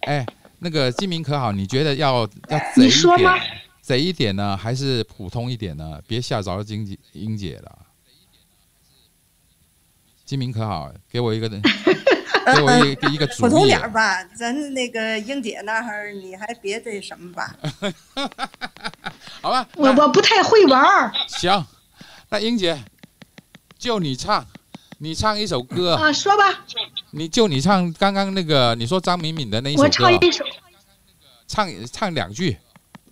Speaker 1: 哎，那个金明可好？你觉得要要贼
Speaker 5: 你
Speaker 1: 一
Speaker 5: 说
Speaker 1: 点
Speaker 5: 吗，
Speaker 1: 贼一点呢，还是普通一点呢？别吓着金姐英姐了。金明可好？给我一个，给我 一个一个主
Speaker 6: 普通
Speaker 1: 意
Speaker 6: 点。儿吧，咱那个英姐那儿你还别这什么吧，
Speaker 1: 好吧，
Speaker 2: 哎
Speaker 5: 我
Speaker 1: 那
Speaker 5: 我不太会玩儿
Speaker 1: 行，那英姐，就你唱，你唱一首歌，
Speaker 2: 哎
Speaker 5: 啊，说吧，
Speaker 1: 你就你唱刚刚那个你说张敏敏的那一首
Speaker 5: 我
Speaker 1: 歌
Speaker 5: 唱，一首，
Speaker 1: 唱唱两句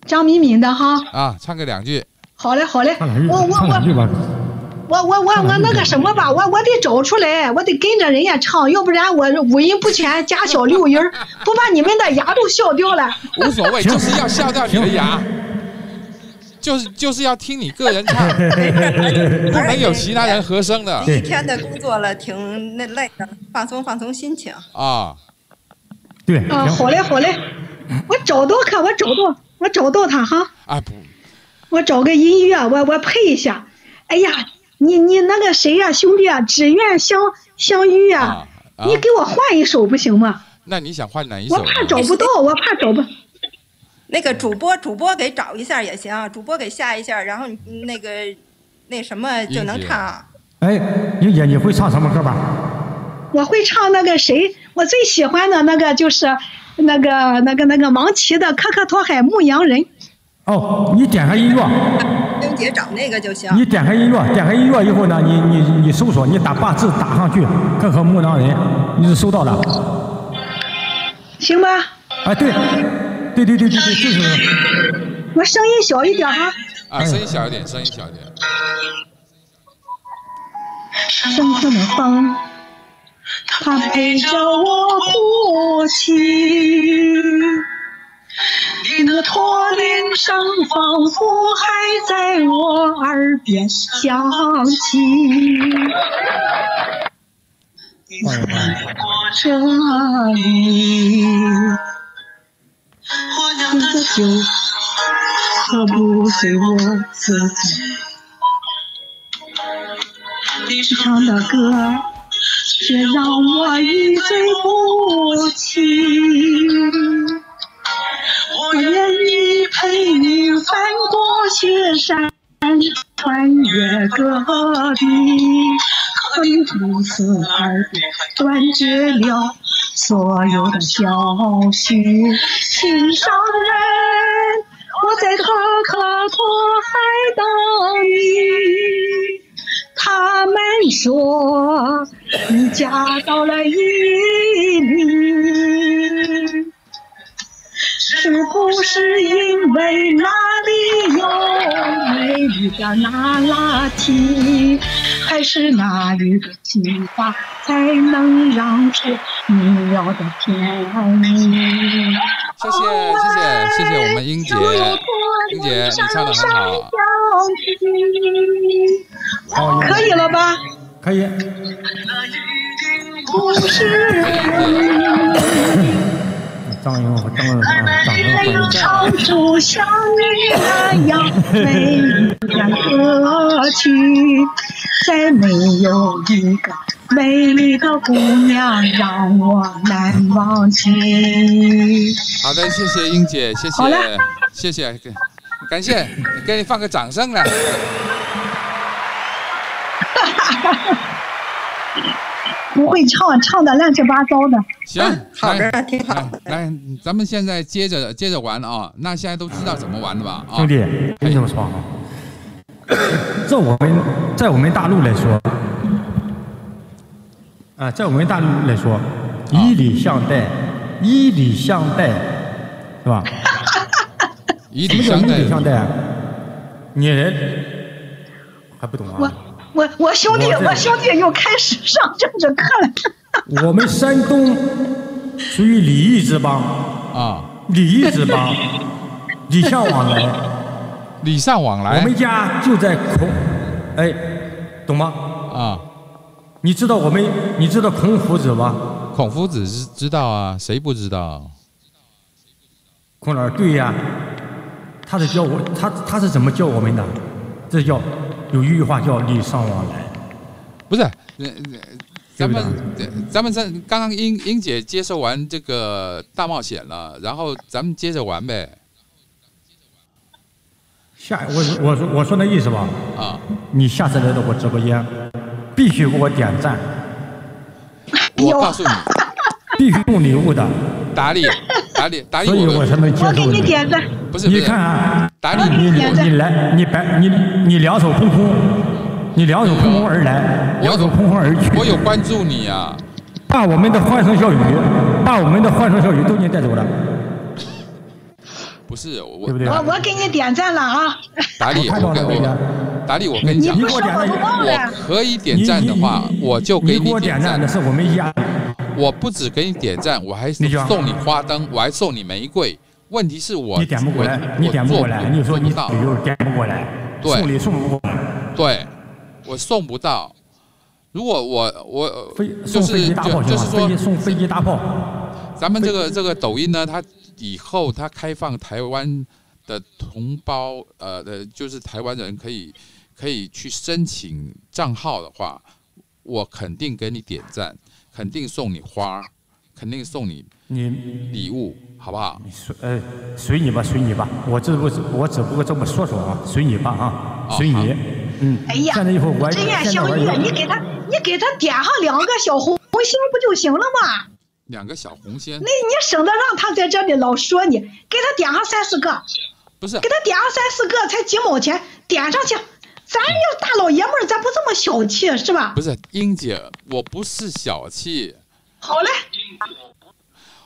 Speaker 5: 张敏敏的哈。
Speaker 1: 啊，唱个两句。
Speaker 5: 好嘞，好嘞，
Speaker 2: 唱两句，
Speaker 5: 我我
Speaker 2: 唱两句
Speaker 5: 我
Speaker 2: 吧。
Speaker 5: 我我我我那个什么吧，我我得找出来，我得跟着人家唱，要不然我五音不全，加小 六音儿，不把你们的牙都笑掉了。啊
Speaker 1: 无所谓，就是要笑掉你的牙，就是就是要听你个人 唱， 不能有其他人和声的
Speaker 6: 一天的工作了，挺那累的，放松放松心情。
Speaker 1: 啊。
Speaker 2: 对，
Speaker 5: 啊，
Speaker 2: 哎行
Speaker 5: 好嘞，好嘞，我找到看，我找到，我找到他哈，
Speaker 1: 啊不，
Speaker 5: 我找个音乐，我我配一下。哎呀，你你那个谁呀、兄弟啊，只愿相相遇啊，
Speaker 1: 啊啊
Speaker 5: 你给我换一首不行吗？
Speaker 1: 那你想换哪一首啊
Speaker 5: 我
Speaker 1: 呢？
Speaker 5: 怕找不到，我怕找不。
Speaker 6: 那个主播，主播给找一下也行啊，主播给下一下，然后你那个那什么就能唱啊。
Speaker 2: 哎，英姐，你会唱什么歌吧？
Speaker 5: 我会唱那个谁，我最喜欢的那个就是那个那个那个芒奇的《科克托海牧羊人》。
Speaker 2: 哦，你点开音乐，
Speaker 6: 英姐找那个就行。
Speaker 2: 你点开音乐，点开音乐以后呢，你你你搜索，你打把字打上去，看看牧羊人，你是搜到的。
Speaker 5: 行吧，
Speaker 2: 哎，对，对对对对对，就是
Speaker 5: 我声音小一点哈，
Speaker 1: 啊，声音小一点，声音小一点。
Speaker 5: 生死的风，它陪着我哭泣。你的驼铃声仿佛还在我耳边响起。
Speaker 2: 哎
Speaker 5: 这里，我的酒喝不醉我自己。你唱的歌，却让我一醉不起。我愿意陪你翻过雪山，穿越各地，可你不辞而别。断绝了所有的消息。心上人，我在可可托海等你。他们说你嫁到了伊犁，是不是因为那里有美丽的那拉提？还是哪里的情话才能让出你要的甜蜜？
Speaker 1: 谢谢谢谢谢谢我们英姐，英姐你唱的很好。
Speaker 2: 哦，
Speaker 5: 可以了吧？
Speaker 2: 可以，
Speaker 5: 不是
Speaker 2: 张英，张英，张英，欢迎
Speaker 5: 能。唱出像你那样美丽的歌曲，再没有一个美丽的姑娘让我难忘记。
Speaker 1: 好的，谢谢英姐，谢
Speaker 5: 好嘞
Speaker 1: 谢谢谢，感谢，给你放个掌声来。
Speaker 5: 不会唱，唱的乱七八糟的。
Speaker 1: 行，
Speaker 6: 嗯好
Speaker 1: 来
Speaker 6: 的，挺好
Speaker 1: 来
Speaker 6: 的。
Speaker 1: 来，咱们现在接着接着玩啊！那现在都知道怎么玩了吧？啊
Speaker 2: 兄，弟，跟你们说啊，这我们在我们大陆来说，啊，在我们大陆来说，以礼相待，以礼相待，是吧？
Speaker 1: 以
Speaker 2: 什
Speaker 1: 礼相
Speaker 2: 么叫以
Speaker 1: 待
Speaker 2: 礼。相待啊？你人还不懂
Speaker 5: 我
Speaker 2: 啊？
Speaker 5: 我我兄弟，
Speaker 2: 我这
Speaker 5: 我兄弟又开始上政治课了。
Speaker 2: 我们山东属于礼仪之邦，
Speaker 1: 啊，
Speaker 2: 礼仪之邦，礼尚往来。
Speaker 1: 礼尚往
Speaker 2: 我
Speaker 1: 来
Speaker 2: 们家就在孔，哎，懂吗？
Speaker 1: 啊。
Speaker 2: 你知道我们，你知道孔夫子吗？
Speaker 1: 孔夫子知知道啊，谁不知道？
Speaker 2: 孔老师，对呀，他是教我，他他是怎么教我们的？这叫有一句话叫礼尚往来。
Speaker 1: 不是，呃呃咱们
Speaker 2: 对
Speaker 1: 呃咱们在刚刚英英姐接受完这个大冒险了，然后咱们接着玩呗
Speaker 2: 下我我说我说那意思吧，
Speaker 1: 啊！
Speaker 2: 你下次来到我直播间，必须给我点赞，
Speaker 1: 我
Speaker 5: 呦
Speaker 1: 告诉你，
Speaker 2: 必须送礼物的，
Speaker 1: 打理打理打理
Speaker 2: 所以我
Speaker 1: 哎我的，
Speaker 2: 才能接
Speaker 5: 我给
Speaker 2: 受
Speaker 5: 你点个，
Speaker 1: 不是不
Speaker 2: 你
Speaker 1: 是
Speaker 2: 看啊，
Speaker 1: 打理
Speaker 2: 你
Speaker 1: 你，
Speaker 5: 点赞
Speaker 2: 你来，你白你你两手空空，你两手空空而来，两手空空而去，
Speaker 1: 我有关注你啊！
Speaker 2: 把我们的欢声笑语，把我们的欢声笑语都已经带走了。
Speaker 1: 不是我
Speaker 2: 对不对？
Speaker 5: 我我给你点赞了啊！
Speaker 1: 达理，
Speaker 2: 我看
Speaker 1: 我
Speaker 2: 到了
Speaker 1: 跟
Speaker 2: 这边
Speaker 1: 我达理，我跟你
Speaker 5: 你
Speaker 1: 讲，
Speaker 5: 不
Speaker 2: 你
Speaker 5: 说
Speaker 2: 给我点赞
Speaker 5: 我都忘
Speaker 1: 我
Speaker 5: 了。
Speaker 1: 可以点赞的话，
Speaker 2: 你你
Speaker 1: 我就
Speaker 2: 你
Speaker 1: 给
Speaker 2: 给我
Speaker 1: 点
Speaker 2: 点赞，那是我们压力。
Speaker 1: 我不只给你点赞，我还
Speaker 2: 你就要
Speaker 1: 送你花灯，我还送你玫瑰。问题是我
Speaker 2: 你点不过
Speaker 1: 我
Speaker 2: 来，
Speaker 1: 我
Speaker 2: 你点不
Speaker 1: 做
Speaker 2: 过来，你说
Speaker 1: 做不
Speaker 2: 你哎
Speaker 1: 到
Speaker 2: 旅游点不过来，
Speaker 1: 对
Speaker 2: 送礼送不过来，
Speaker 1: 对，我送不到。如果我我
Speaker 2: 飞
Speaker 1: 就
Speaker 2: 送飞
Speaker 1: 是
Speaker 2: 机
Speaker 1: 就
Speaker 2: 大炮行
Speaker 1: 就
Speaker 2: 吗
Speaker 1: 是？说
Speaker 2: 飞机，送飞机大炮，
Speaker 1: 咱们这个这个抖音呢，它以后它开放台湾的同胞，呃的，就是台湾人可以可以去申请账号的话，我肯定给你点赞，肯定送你花，肯定送你
Speaker 2: 你
Speaker 1: 礼物，好不好？
Speaker 2: 随呃随你吧，随你吧，我只不我只不过这么说说啊，随你吧啊，随
Speaker 1: 哦好
Speaker 2: 你，嗯，
Speaker 5: 哎呀，
Speaker 2: 现在一会儿我
Speaker 5: 真愿
Speaker 2: 现在
Speaker 5: 相
Speaker 2: 我
Speaker 5: 遇，啊你给他你给他点上两个小红心不就行了吗？
Speaker 1: 两个小红心
Speaker 5: 那，你省得让他在这里老说你，给他点上三四个，
Speaker 1: 不是
Speaker 5: 给他点上三四个才几毛钱，点上去。咱要大老爷们儿，咱不这么小气是吧
Speaker 1: 不？是，英姐，我不是小气，
Speaker 5: 好嘞，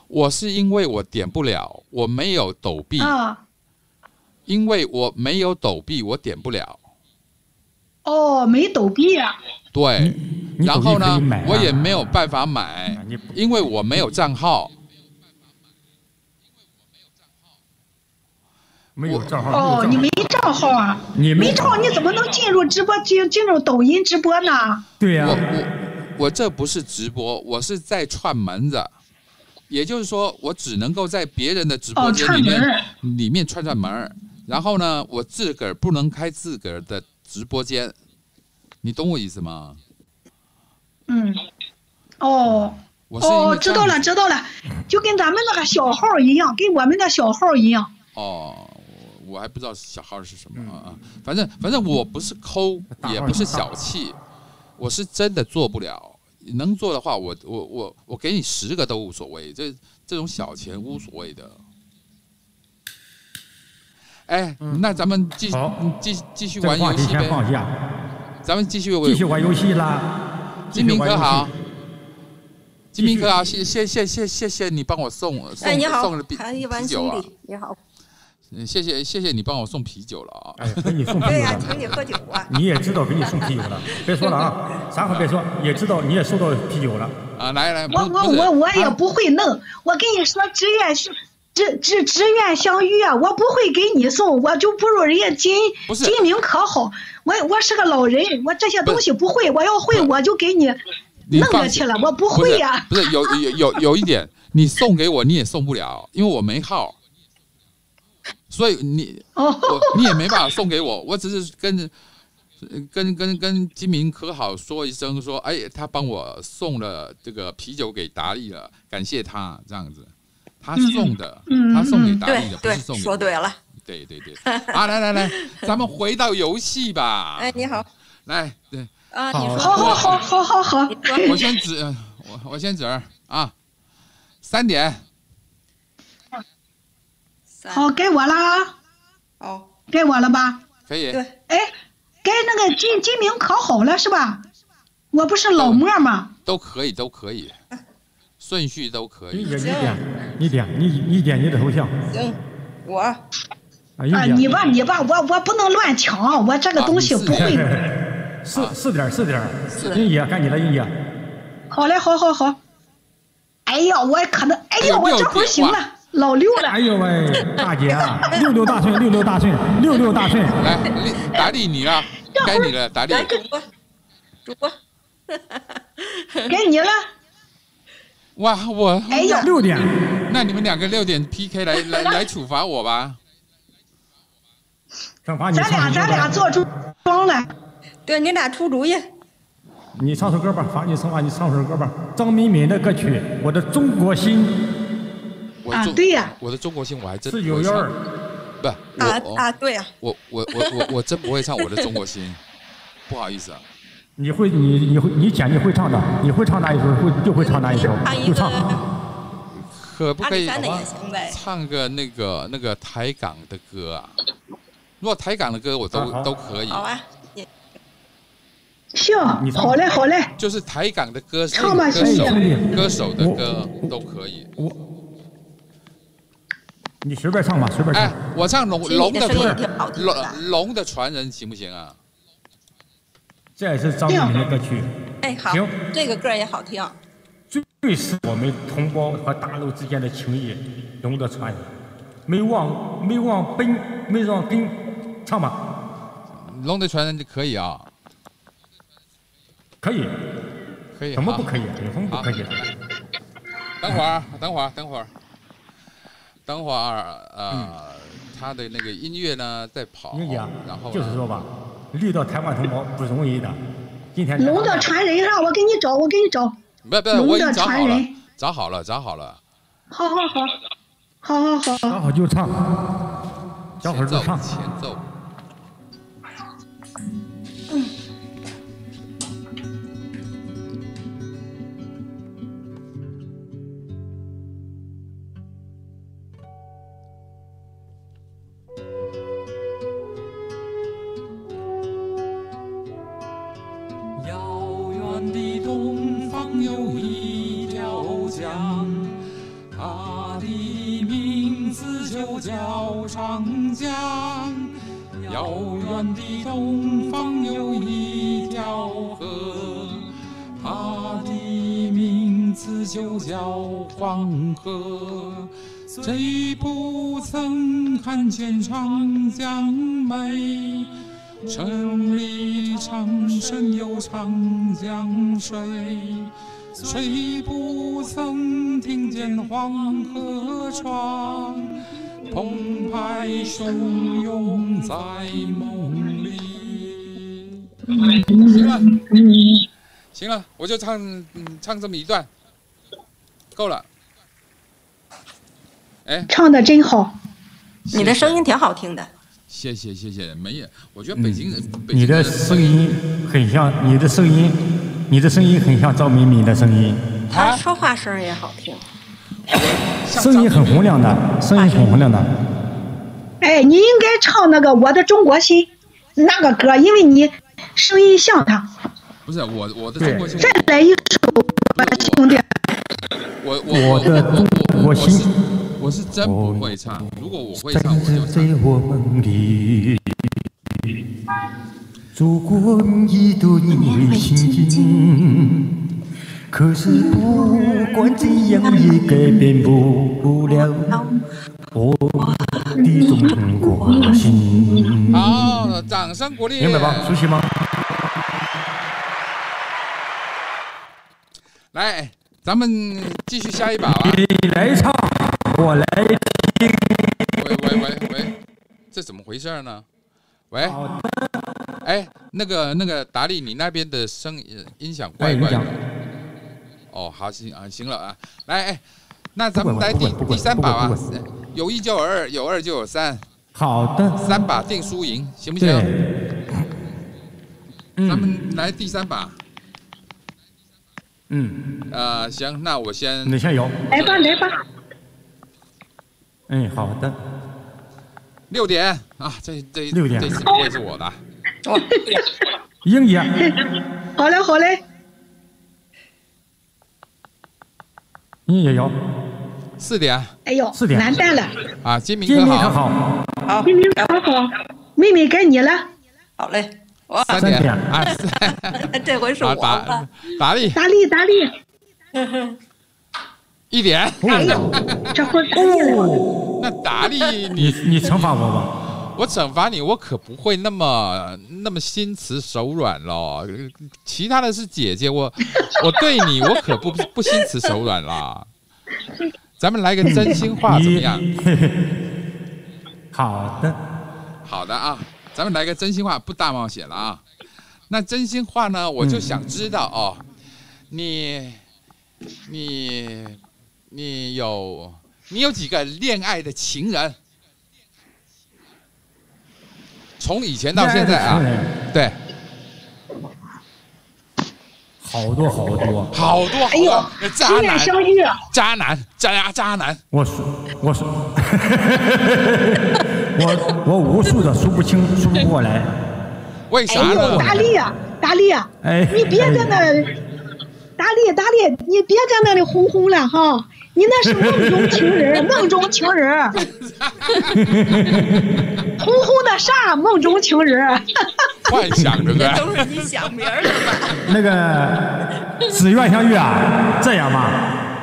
Speaker 1: 我是因为我点不了，我没有抖币，
Speaker 5: 啊、
Speaker 1: 因为我没有抖币，我点不了。
Speaker 5: 哦，没抖币啊，
Speaker 1: 对，
Speaker 2: 嗯你
Speaker 1: 哎然
Speaker 2: 抖
Speaker 1: 后
Speaker 2: 音可
Speaker 1: 呢
Speaker 2: 以买啊，
Speaker 1: 我也没有办法买
Speaker 2: 啊你不，
Speaker 1: 因为我没有账号。
Speaker 2: 没有账号，
Speaker 5: 哦，你
Speaker 2: 没有账号
Speaker 5: 没账号啊？
Speaker 2: 你没
Speaker 5: 没账号你怎么能进入直播进进入抖音直播呢？
Speaker 2: 对呀
Speaker 1: 我，
Speaker 5: 嗯
Speaker 1: 我我这不是直播，我是在串门子，也就是说，我只能够在别人的直播
Speaker 5: 哦
Speaker 1: 间
Speaker 5: 串
Speaker 1: 里面、
Speaker 5: 门儿
Speaker 1: 里面串串门儿然后呢，我自个儿不能开自个儿的直播间，你懂我意思吗？
Speaker 5: 嗯，哦。
Speaker 1: 我是因
Speaker 5: 哦，
Speaker 1: 为嗯这
Speaker 5: 知
Speaker 1: 样
Speaker 5: 道了，知道了，就跟咱们那个小号一样，跟我们的小号一样。
Speaker 1: 哦，我我还不知道小号是什么啊啊，反正反正我不是抠，
Speaker 2: 嗯大
Speaker 1: 也
Speaker 2: 号
Speaker 1: 不是
Speaker 2: 大
Speaker 1: 小气，我是真的做不了。能做的话，我我我我给你十个都无所谓，这这种小钱无所谓的。哎，那咱们继
Speaker 2: 嗯
Speaker 1: 嗯
Speaker 2: 好
Speaker 1: 继继续
Speaker 2: 这个
Speaker 1: 玩
Speaker 2: 话
Speaker 1: 游
Speaker 2: 题
Speaker 1: 戏
Speaker 2: 先
Speaker 1: 呗，
Speaker 2: 放下，
Speaker 1: 咱们继续
Speaker 2: 继
Speaker 1: 玩
Speaker 2: 续。玩游戏啦。
Speaker 1: 金明哥好，金明
Speaker 2: 继续
Speaker 1: 哥好，啊谢谢谢谢谢谢你帮我送送
Speaker 6: 哎，你好
Speaker 1: 送了，啤
Speaker 6: 韩一
Speaker 1: 啤
Speaker 6: 完
Speaker 1: 酒
Speaker 6: 兄
Speaker 1: 啊，
Speaker 6: 弟，你好。
Speaker 1: 嗯谢谢谢谢你帮我送啤酒了啊。
Speaker 2: 哎呀，给你送
Speaker 6: 对
Speaker 2: 啤 酒
Speaker 6: 呀、
Speaker 2: 了。
Speaker 6: 请你喝酒啊。
Speaker 2: 你也知道给你送啤酒了，别说了啊，啥话别说，也知道你也收到啤酒了。
Speaker 1: 啊，来来，不
Speaker 5: 我我
Speaker 1: 不是
Speaker 5: 我我也不会弄，我跟你说，只愿是只只只愿相遇啊！我不会给你送，我就不如人家金
Speaker 1: 不是
Speaker 5: 金明可好。我我是个老人，我这些东西不会，我要会我就给你
Speaker 1: 你
Speaker 5: 弄
Speaker 1: 放
Speaker 5: 过
Speaker 1: 心
Speaker 5: 去了，我不
Speaker 1: 不
Speaker 5: 会
Speaker 1: 是
Speaker 5: 呀、
Speaker 1: 不是有有有有一点，你送给我你也送不了，因为我没号，所以你
Speaker 5: 哦，
Speaker 1: 我你也没办法送给我，我只是跟着。跟跟跟金明可好说一声说，哎，他帮我送了这个啤酒给达利了，感谢他这样子，他送的，
Speaker 5: 嗯嗯
Speaker 1: 他送给达利
Speaker 6: 对
Speaker 1: 的，不
Speaker 6: 对
Speaker 1: 是，送给
Speaker 6: 说
Speaker 1: 我
Speaker 6: 对了。
Speaker 1: 对对对，啊，来来来，咱们回到游戏吧。
Speaker 6: 哎，你好
Speaker 1: 来，对
Speaker 6: 啊，你
Speaker 5: 好
Speaker 6: 说
Speaker 5: 好好好好好，
Speaker 6: 你说
Speaker 1: 我先指，呃我我先指啊，三点。
Speaker 6: 三
Speaker 5: 好该我了啊，
Speaker 6: 哦，
Speaker 5: 该我了吧？
Speaker 1: 可以，
Speaker 6: 对
Speaker 5: 哎，该那个金金明可好了是吧？我不是
Speaker 1: 嗯
Speaker 5: 老莫吗？
Speaker 1: 都可以，都可以，顺序都可
Speaker 2: 英
Speaker 1: 以。
Speaker 2: 姐，你点，你点，你你点你的头像
Speaker 6: 行，我
Speaker 2: 啊，
Speaker 5: 啊，
Speaker 2: 英
Speaker 5: 你
Speaker 2: 姐，
Speaker 5: 吧你吧，我我不能乱抢，我这个东西
Speaker 1: 啊你
Speaker 5: 不会。
Speaker 1: 是
Speaker 2: 四四点四点，
Speaker 6: 四
Speaker 2: 英姐，赶紧来，英姐，
Speaker 5: 好嘞，好好好。哎呀，我可能，哎呀，
Speaker 1: 六
Speaker 5: 我
Speaker 1: 六
Speaker 5: 这会儿
Speaker 1: 点
Speaker 5: 行
Speaker 1: 哇
Speaker 5: 了，老六了。
Speaker 2: 哎 呦喂，大姐啊，六六大顺，六六大顺，六六大顺，
Speaker 1: 来，立打理你了，该你了，打理。
Speaker 6: 来主播，主播，
Speaker 5: 该你了。
Speaker 1: 哇，我
Speaker 5: 哎呀，
Speaker 2: 六点，
Speaker 1: 那你们两个六点 PK 来来来处罚我吧。
Speaker 2: 惩罚你
Speaker 5: 咱俩
Speaker 2: 唱首
Speaker 5: 咱
Speaker 2: 歌
Speaker 5: 俩
Speaker 2: 吧，
Speaker 5: 做主装了。
Speaker 6: 对你俩出主意，
Speaker 2: 你唱首歌吧，罚你惩罚你唱首歌吧，张敏敏的歌曲《我的中国心》
Speaker 1: 我
Speaker 5: 啊
Speaker 1: 中
Speaker 5: 对呀
Speaker 1: 我的中国心我还真
Speaker 2: 四
Speaker 1: 不
Speaker 2: 九
Speaker 1: 会
Speaker 2: 幺
Speaker 1: 唱，
Speaker 2: 二，
Speaker 1: 不，
Speaker 6: 啊啊，
Speaker 1: 我
Speaker 6: 对呀、
Speaker 1: 我我我我我真不会唱我的中国心，不好意思啊。
Speaker 2: 你会你你会你姐你会唱的，你会唱哪一首会就会唱哪一首，
Speaker 6: 唱一
Speaker 2: 就
Speaker 6: 个
Speaker 2: 唱。
Speaker 1: 可不可以
Speaker 6: 阿里山的
Speaker 1: 好吧
Speaker 6: 也行呗
Speaker 1: 唱个那个那个台港的歌啊？如果台港的歌我
Speaker 2: 啊
Speaker 1: 都
Speaker 2: 好
Speaker 1: 都可以
Speaker 6: 好，啊，你
Speaker 5: 行，
Speaker 2: 你唱
Speaker 5: 好嘞，好嘞。
Speaker 1: 就是台港的歌
Speaker 5: 唱吧
Speaker 1: 歌
Speaker 5: 兄
Speaker 1: 手
Speaker 5: 弟
Speaker 1: 歌手的
Speaker 2: 我
Speaker 1: 歌都可以。
Speaker 2: 我你随便唱吧，随便唱
Speaker 1: 哎。，我唱龙
Speaker 7: 其实
Speaker 1: 龙
Speaker 7: 你的
Speaker 1: 的
Speaker 7: 声音
Speaker 1: 传
Speaker 7: 也挺好听
Speaker 1: 龙
Speaker 7: 的。
Speaker 1: 龙的传人行不行啊？
Speaker 2: 这也是张明的歌曲，
Speaker 6: 哎，好
Speaker 2: 行，
Speaker 6: 这个歌也好听。
Speaker 2: 最最是我们同胞和大陆之间的情谊，龙的传人，没忘没忘奔，没忘根，唱吧，
Speaker 1: 龙的传人就可以啊，
Speaker 2: 可以，
Speaker 1: 可以。
Speaker 2: 什么
Speaker 1: 好
Speaker 2: 不可以？有什么不可以的？
Speaker 1: 等会儿，啊等会儿，等会儿，等会儿，呃，
Speaker 2: 嗯
Speaker 1: 他的那个音乐呢在跑，
Speaker 2: 英姐啊
Speaker 1: 然后呢
Speaker 2: 就是说吧，绿到台湾同胞不容易的。今天
Speaker 5: 龙的传人，让我给你找，我给你找。
Speaker 1: 不不，
Speaker 5: 龙
Speaker 1: 我已
Speaker 5: 的
Speaker 1: 经找
Speaker 5: 传
Speaker 1: 好了
Speaker 5: 人，
Speaker 1: 找好了，找好了，
Speaker 5: 好好好，好好好。
Speaker 2: 打好就唱，小会
Speaker 1: 前
Speaker 2: 儿就
Speaker 1: 奏
Speaker 2: 唱。
Speaker 1: 前奏，
Speaker 8: 遥远的东方有一条江，它的名字就叫长江。遥远的东方有一条河，它的名字就叫黄河。谁不曾看见长江美？城里长城有长江水，谁不曾听见黄河唱？澎湃汹涌在梦里。
Speaker 1: 行了，行了，我就唱、嗯、唱这么一段，够了。哎，
Speaker 5: 唱的真好，
Speaker 6: 你的声音挺好听的，
Speaker 1: 谢谢谢谢，没有，我觉得北京人，北
Speaker 2: 嗯你
Speaker 1: 京
Speaker 2: 的
Speaker 1: 人
Speaker 2: 声音很像，你的声音，你的声音很像赵敏敏的声音，
Speaker 5: 啊
Speaker 6: 他说话声儿也好听。
Speaker 2: 声音很洪亮的，声音很洪亮的。
Speaker 5: 哎，你应该唱那个《我的中国心》那个歌，因为你声音像他。
Speaker 1: 不是我我的
Speaker 2: 对
Speaker 1: 中国兄弟
Speaker 5: 再，来一首吧，兄弟。
Speaker 1: 我我
Speaker 2: 我的中
Speaker 1: 我
Speaker 2: 国
Speaker 1: 我
Speaker 2: 心哦
Speaker 1: 是我是真不会唱，如果我会唱我就唱。
Speaker 2: 我梦里，祖国已都你为亲近。可是不管怎样也改变不了我的中国心。
Speaker 1: 好，掌声鼓励。
Speaker 2: 明白吧？熟悉吗？
Speaker 1: 来，咱们继续下一把吧。
Speaker 2: 你来唱，我来。
Speaker 1: 喂喂喂喂，这怎么回事儿呢？喂，
Speaker 2: 哦
Speaker 1: 哎，那个那个达利，你那边的声音音响
Speaker 2: 哎，
Speaker 1: 怪
Speaker 2: 你
Speaker 1: 怪
Speaker 2: 讲
Speaker 1: 的。。哦，好行啊，行了啊，来，哎，那咱
Speaker 2: 不
Speaker 1: 们
Speaker 2: 管
Speaker 1: 来第
Speaker 2: 不管不
Speaker 1: 第
Speaker 2: 管
Speaker 1: 三把吧
Speaker 2: 不管不。
Speaker 1: 有一就有二，有二就有三，
Speaker 2: 好的，
Speaker 1: 三把定输赢，行不嗯行？
Speaker 2: 对，
Speaker 1: 咱们来第三把。
Speaker 2: 嗯，
Speaker 1: 呃，行，那我先
Speaker 2: 你先摇。
Speaker 5: 来吧，来吧，
Speaker 2: 嗯，好的。
Speaker 1: 六点啊，这这
Speaker 2: 六点
Speaker 1: 这次不会是我的。
Speaker 2: 英姐，
Speaker 5: 好嘞，好嘞。
Speaker 2: 英姐摇。
Speaker 1: 四点
Speaker 5: 哎呦，
Speaker 2: 四点
Speaker 5: 完蛋了，
Speaker 1: 啊，金明
Speaker 2: 金
Speaker 1: 哥
Speaker 2: 明
Speaker 1: 好
Speaker 2: 可。好，
Speaker 6: 好，
Speaker 5: 妹妹好好，妹妹该你了，
Speaker 6: 好嘞，哇，
Speaker 1: 三
Speaker 2: 三
Speaker 1: 点
Speaker 2: 点
Speaker 1: 啊，四
Speaker 6: 这回是
Speaker 1: 啊
Speaker 6: 我
Speaker 1: 打
Speaker 6: 吧？
Speaker 1: 打力
Speaker 5: 达利达利，
Speaker 1: 一点，
Speaker 5: 哎呦，这会儿达
Speaker 2: 哦
Speaker 5: 利了，
Speaker 1: 那打力你
Speaker 2: 你你惩罚我吧。
Speaker 1: 我惩罚你，我可不会那么那么心慈手软了。其他的是姐姐，我我对你我可不不心慈手软啦。咱们来个真心话怎么样？
Speaker 2: 好的，
Speaker 1: 好的啊，咱们来个真心话，不大冒险了啊。那真心话呢，我就想知道
Speaker 2: 嗯
Speaker 1: 哦，你你你有你有几个恋爱的情人？从以前到现在
Speaker 2: 恋爱的情
Speaker 1: 啊，
Speaker 2: 人
Speaker 1: 对，
Speaker 2: 好多好多。
Speaker 1: 好多好
Speaker 5: 哎呦
Speaker 1: 多渣，
Speaker 5: 永远
Speaker 1: 男，
Speaker 5: 相遇，
Speaker 1: 渣男，渣呀渣男，
Speaker 2: 我数，我数，我我无数的数不清，数不过来。
Speaker 1: 为啥
Speaker 5: 哎呦，达
Speaker 1: 呢？
Speaker 5: 利啊，达利啊，
Speaker 2: 哎
Speaker 5: 你别在那，达利达利，你别在那里轰轰了哈，您那是梦中情 人，梦中情人， 红红的啥？梦中情人，
Speaker 1: 幻想这
Speaker 5: 哎
Speaker 1: 个。
Speaker 6: 都是你想名儿的吧？
Speaker 2: 那个紫苑小玉啊，这样吧，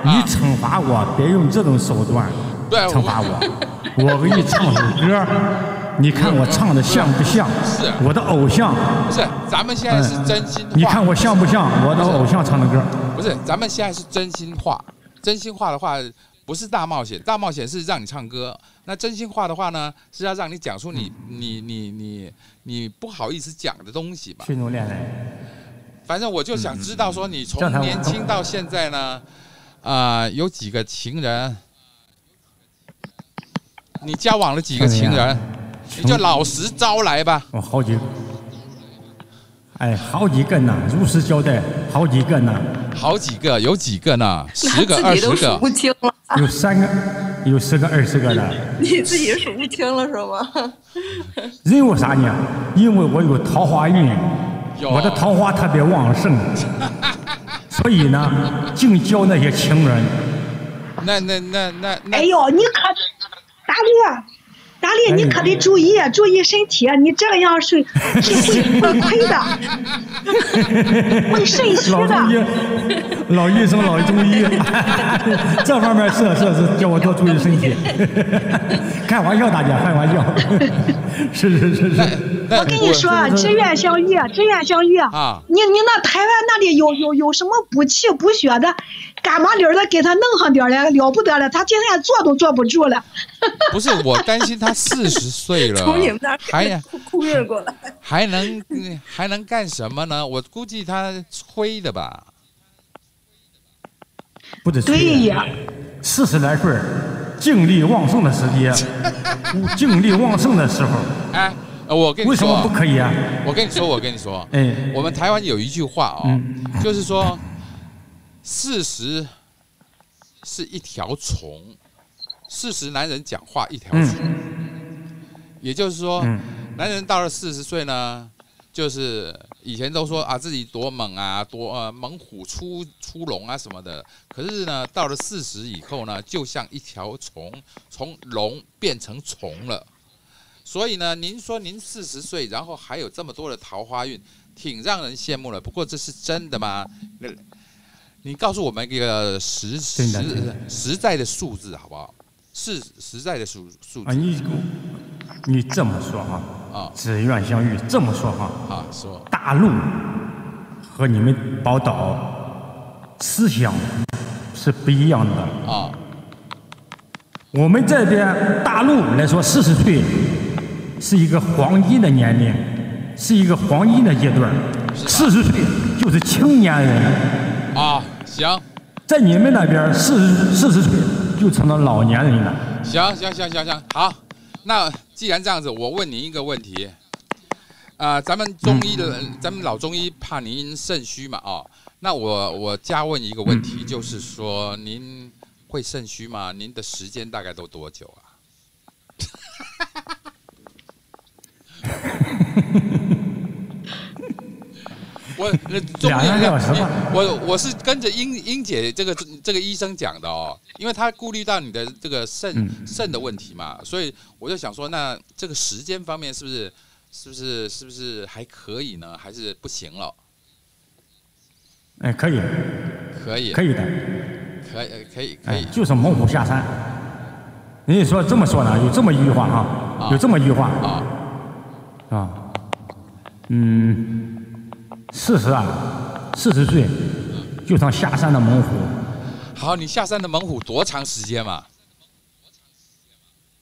Speaker 2: 你惩罚我，别用这种手段
Speaker 1: 对
Speaker 2: 惩罚我，我给你唱首歌，你看我唱的像不像
Speaker 1: 是？
Speaker 2: 我的偶像，
Speaker 1: 不是，咱们现在是真心话。
Speaker 2: 嗯你看我像不像我的偶像唱的歌？
Speaker 1: 不是，咱们现在是真心话。真心话的话，不是大冒险，大冒险是让你唱歌。那真心话的话呢，是要让你讲出你、
Speaker 2: 嗯
Speaker 1: 你你你你不好意思讲的东西吧。
Speaker 2: 心中恋人，
Speaker 1: 反正我就想知道说，你从
Speaker 2: 嗯这才我
Speaker 1: 年轻到现在呢，啊、有几个情人？你交往了几个情
Speaker 2: 哎
Speaker 1: 人？你就老实招来吧。
Speaker 2: 我哦好几，哎，好几个呢，如实交代，好几个呢，
Speaker 1: 好几个，有几个呢？ 十个、
Speaker 6: 自
Speaker 1: 二
Speaker 6: 己
Speaker 1: 十
Speaker 6: 都数
Speaker 1: 个。
Speaker 6: 不清了，
Speaker 2: 有三个，有十个、二十个的。
Speaker 6: 你自己数不清了是
Speaker 1: 哦
Speaker 6: 吗？
Speaker 2: 因为啥呢？因为我有桃花运，
Speaker 1: 有
Speaker 2: 我的桃花特别 旺盛，所以呢，净交那些情人。
Speaker 1: 那那那那那
Speaker 5: 哎呦，你可大力，啊大力，你可得注意啊注意身体，你这样是是会会亏的，会肾虚
Speaker 2: 老中
Speaker 5: 的。
Speaker 2: 医，啊老医生，老中医，这方面是是是，叫我多注意身体。 开玩笑，大家开玩笑， 是是是是，
Speaker 1: 那
Speaker 5: 我跟你说，啊知愿相遇，知愿相遇
Speaker 1: 啊
Speaker 5: 你你那台湾那里有有有什么补气补血的，干嘛理儿的给他弄上点儿来，了不得了，他现在坐都坐不住了。
Speaker 1: 不是我担心他四十岁了，
Speaker 6: 从你们那儿
Speaker 1: 还 能
Speaker 6: 哭哭晕过来，
Speaker 1: 还能嗯还能干什么呢？我估计他吹的吧。
Speaker 2: 不止
Speaker 5: 对呀，
Speaker 2: 四十来岁儿，精力旺盛的时节，精力旺盛的时候，
Speaker 1: 哎，呃我跟你
Speaker 2: 为什么不
Speaker 1: 说，
Speaker 2: 可以啊？
Speaker 1: 我跟你说，我跟你说，
Speaker 2: 哎，
Speaker 1: 我们台湾有一句话哦，
Speaker 2: 嗯
Speaker 1: 就是说，四十是一条虫，四十男人讲话一条虫，也就是说，
Speaker 2: 嗯
Speaker 1: 男人到了四十岁呢，就是以前都说啊自己多猛啊，多呃猛虎出出笼啊什么的，可是呢，到了四十以后呢，就像一条虫，从龙变成虫了。所以呢，您说您四十岁，然后还有这么多的桃花运，挺让人羡慕了。不过这是真的吗？那你告诉我们一个实
Speaker 2: 真
Speaker 1: 实
Speaker 2: 的真的
Speaker 1: 实在的数字好不好？是实在的数数
Speaker 2: 啊，
Speaker 1: 字
Speaker 2: 你你这么说啊，
Speaker 1: 啊
Speaker 2: 只愿相遇这么说哈、
Speaker 1: 啊，说
Speaker 2: 大陆和你们宝岛思想是不一样的。
Speaker 1: 啊，
Speaker 2: 我们这边大陆来说，四十岁是一个黄金的年龄，是一个黄金的阶段。四十岁就是青年人，
Speaker 1: 啊，行
Speaker 2: 在你们那边四十四十岁就成了老年人了。
Speaker 1: 行行行行行，好。那既然这样子，我问你一个问题，啊、咱们中医的，咱们老中医怕您肾虚嘛，哦，那我我加问一个问题，
Speaker 2: 嗯
Speaker 1: 就是说您会肾虚吗？您的时间大概都多久啊？ 我呃那中
Speaker 2: 两
Speaker 1: 医
Speaker 2: 个小时
Speaker 1: 你
Speaker 2: 吧
Speaker 1: 我我是跟着英英姐这个这个医生讲的哦，因为她顾虑到你的这个肾、
Speaker 2: 嗯
Speaker 1: 肾的问题嘛，所以我就想说，那这个时间方面是不是是不是是不是还可以呢？还是不行了？
Speaker 2: 哎，可以，
Speaker 1: 可以，
Speaker 2: 可以的。
Speaker 1: 可以，呃可以，可
Speaker 2: 哎
Speaker 1: 以，，
Speaker 2: 就是猛虎下山。人家说这么说呢，有这么一句话哈、
Speaker 1: 啊
Speaker 2: 有这么一句话
Speaker 1: 啊
Speaker 2: 啊，嗯，四十啊，四十岁就像下山的猛虎，
Speaker 1: 好，你下山的猛虎多长时间嘛？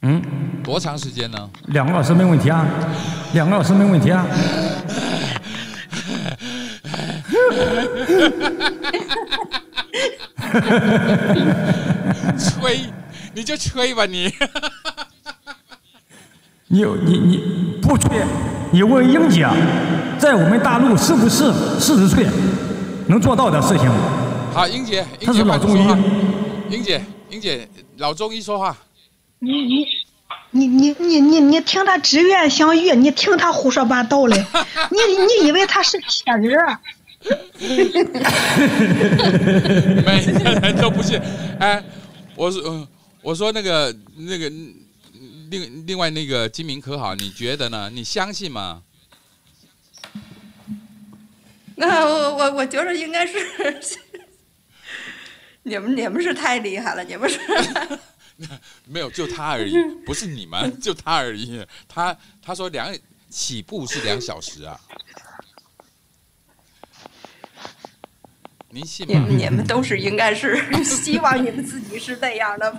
Speaker 2: 嗯，
Speaker 1: 多长时间呢？
Speaker 2: 两个小时没问题啊，两个小时没问题啊。
Speaker 1: 吹， 你就吹吧你。
Speaker 2: 你你你不吹，你问英姐，啊在我们大陆是不是四十岁能做到的事情？
Speaker 1: 好，英姐，英
Speaker 2: 他是
Speaker 1: 姐
Speaker 2: 老
Speaker 1: 换你说
Speaker 2: 中医
Speaker 1: 话。英姐，英姐，老中医说话。
Speaker 5: 你你你你你你你听他只愿相遇，你听他胡说八道嘞，你你以为他是铁人儿？
Speaker 1: 每个人都不信。哎，我说呃我说那个那个另另外那个金明可好？你觉得呢？你相信吗？
Speaker 6: 那我我我觉得应该是， 你们你们是太厉害了，你 们是
Speaker 1: 没有，就他而已，不是你们，就他而已。他他说两起步是两小时啊，您信
Speaker 6: 你
Speaker 1: 吗？
Speaker 6: 们你们都是应该是， 希望你们自己是那样的。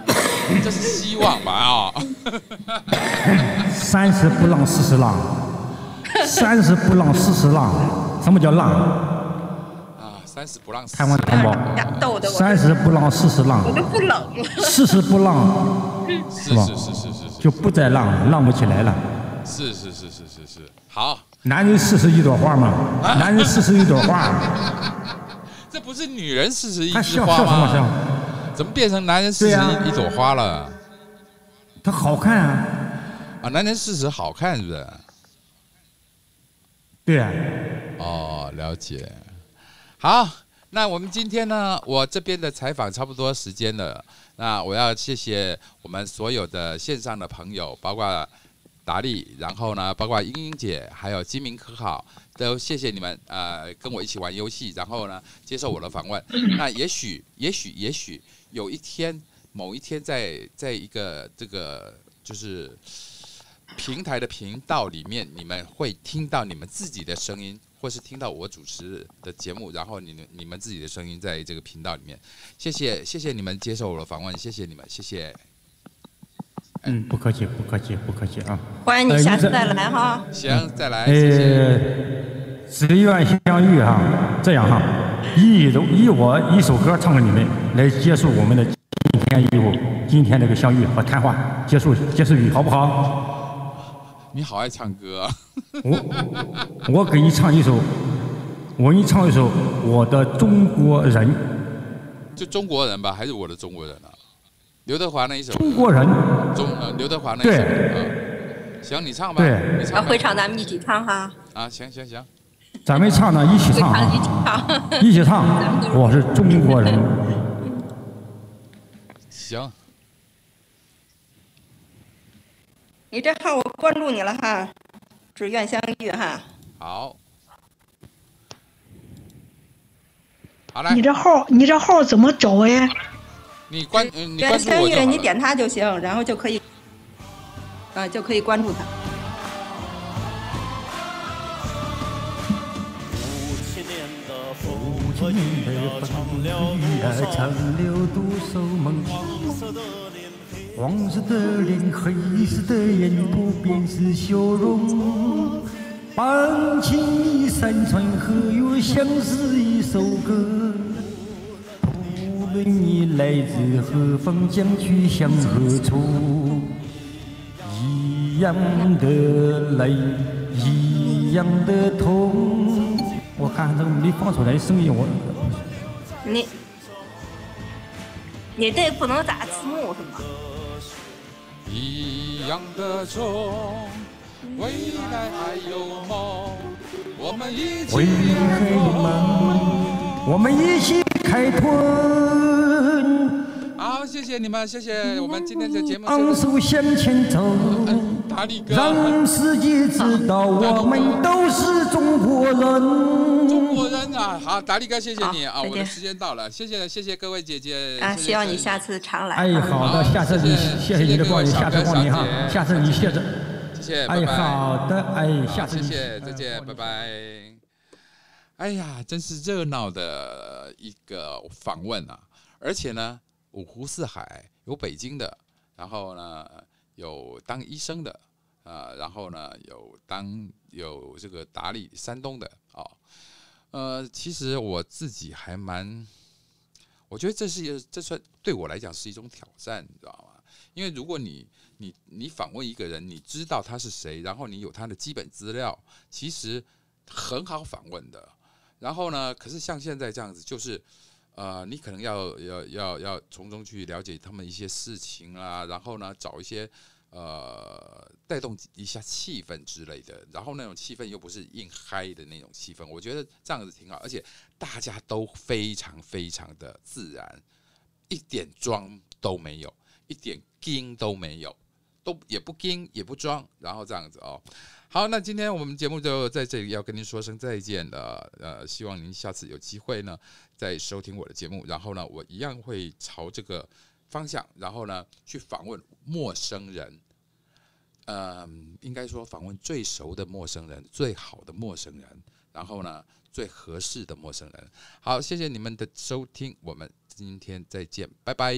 Speaker 2: 嗯
Speaker 1: 这是希望吧啊、
Speaker 2: 三十不浪四十浪，三十不浪四十浪，什么叫浪？
Speaker 1: 啊，三十不让死
Speaker 2: 台湾同胞，
Speaker 6: 俩 逗的我
Speaker 2: 三十不浪四十浪，
Speaker 6: 我都不冷了。
Speaker 2: 四十不浪
Speaker 1: 是
Speaker 2: 是吧
Speaker 1: 是是是是是
Speaker 2: 就不再浪了，浪不起来了。
Speaker 1: 是是是是是是，好，
Speaker 2: 男人四十一朵花嘛，
Speaker 1: 啊
Speaker 2: 男人四十一朵花，
Speaker 1: 这不是女人四 十一
Speaker 2: 他
Speaker 1: 枝
Speaker 2: 笑
Speaker 1: 花
Speaker 2: 笑什么笑
Speaker 1: 吗？？怎么变成男人四十
Speaker 2: 对啊
Speaker 1: 一朵花了？
Speaker 2: 他好看啊，
Speaker 1: 啊，男人四十好看是不是？
Speaker 2: 对啊，
Speaker 1: 哦，了解。好，那我们今天呢，我这边的采访差不多时间了。那我要谢谢我们所有的线上的朋友，包括达利，然后呢，包括英英姐，还有金明可好，都谢谢你们呃跟我一起玩游戏，然后呢接受我的访问。那也许，也许，也许有一天，某一天在在一个这个就是平台的频道里面，你们会听到你们自己的声音，或是听到我主持的节目，然后你们你们自己的声音在这个频道里面。谢谢谢谢你们接受我的访问，谢谢你们，谢谢
Speaker 2: 嗯，不客气，不客气，不客气啊。
Speaker 6: 欢迎你下次再来哈。
Speaker 2: 嗯
Speaker 1: 行，再来，谢谢。
Speaker 2: 呃，只愿相遇哈，这样哈，以以我一首歌唱给你们，来结束我们的今天以后今天这个相遇和谈话，结束结束语好不好？
Speaker 1: 你好爱唱歌、啊，
Speaker 2: 我我给你唱一首，我给你唱一首《我的中国人》，
Speaker 1: 就中国人吧，还是我的中国人啊？刘德华那一首歌，
Speaker 2: 中国人，
Speaker 1: 中呃刘德华那一首歌。行，你唱吧，
Speaker 2: 对
Speaker 1: 你
Speaker 6: 啊，
Speaker 1: 唱吧
Speaker 6: 会场咱们一起唱哈，
Speaker 1: 啊，行行行，
Speaker 2: 咱们唱呢，一起
Speaker 6: 会
Speaker 2: 唱
Speaker 6: 场一
Speaker 2: 啊，
Speaker 6: 起唱。
Speaker 2: 一起唱，我是中国人。
Speaker 1: 行，
Speaker 6: 你这号我关注你了哈，只愿相遇哈。
Speaker 1: 好，好来
Speaker 5: 你，这号，你这号怎么找呀？
Speaker 1: 你关呃你
Speaker 6: 愿
Speaker 1: 关注
Speaker 6: 相
Speaker 1: 我就
Speaker 6: 遇，
Speaker 1: 好
Speaker 6: 你
Speaker 1: 了
Speaker 6: 点他就行，然后就可以，啊，就可以关注他。
Speaker 4: 五七年的风和雨呀，唱了
Speaker 2: 啊
Speaker 4: 多
Speaker 2: 唱
Speaker 4: 少
Speaker 2: 了多少梦？
Speaker 4: 黄色的脸黑
Speaker 2: 黄色的脸，黑色的眼，不变是笑容。半情的山川河流，像是一首歌。无论你来自何方，将去向何处，一样的泪，一样的痛。我看看这个没放出来声音，我
Speaker 6: 你，你这不能打字幕是吗？
Speaker 1: 一样的痛，未来还有梦，我们一起
Speaker 2: 未来还有
Speaker 1: 梦。
Speaker 2: 我们一起开拓。
Speaker 1: 好，谢谢你们，谢谢我们今天的节目
Speaker 6: 嗯
Speaker 2: 昂
Speaker 1: 就到。
Speaker 2: 首向前走，
Speaker 1: 达利哥，
Speaker 2: 让世界知道我们都是中国
Speaker 1: 中
Speaker 2: 人。
Speaker 1: 国人啊，好，达利哥，谢谢你啊，
Speaker 6: 好再见
Speaker 1: 我的时间到了，谢谢谢谢各位姐姐
Speaker 6: 啊，
Speaker 1: 谢谢
Speaker 6: 希望你
Speaker 1: 各位
Speaker 6: 下次常来。
Speaker 2: 哎，好的，下次你谢谢你哎的光临，下次光临哈，下次你谢着。
Speaker 1: 谢谢，拜
Speaker 2: 哎，
Speaker 1: 拜。
Speaker 2: 好的，哎，
Speaker 1: 好
Speaker 2: 下次
Speaker 1: 谢
Speaker 2: 你
Speaker 1: 谢，再见，拜。拜。哎呀，真是热闹的一个访问啊！而且呢，五湖四海，有北京的，然后呢，有当医生的，啊、然后呢，有当有这个打理山东的啊、呃，其实我自己还蛮，我觉得这是一个这算对我来讲是一种挑战，你知道吗？因为如果你你你访问一个人，你知道他是谁，然后你有他的基本资料，其实很好访问的。然后呢，可是像现在这样子，就是呃，你可能要要要要从中去了解他们一些事情啦，然后呢，找一些呃带动一下气氛之类的。然后那种气氛又不是硬嗨的那种气氛，我觉得这样子挺好，而且大家都非常非常的自然。一点装都没有，一点惊都没有，都也不惊也不装，然后这样子哦。好，那今天我们节目就在这里要跟您说声再见了。呃，希望您下次有机会呢再收听我的节目，然后呢，我一样会朝这个方向，然后呢去访问陌生人。嗯，应该说访问最熟的陌生人，最好的陌生人，然后呢，最合适的陌生人。好，谢谢你们的收听，我们今天再见，拜拜。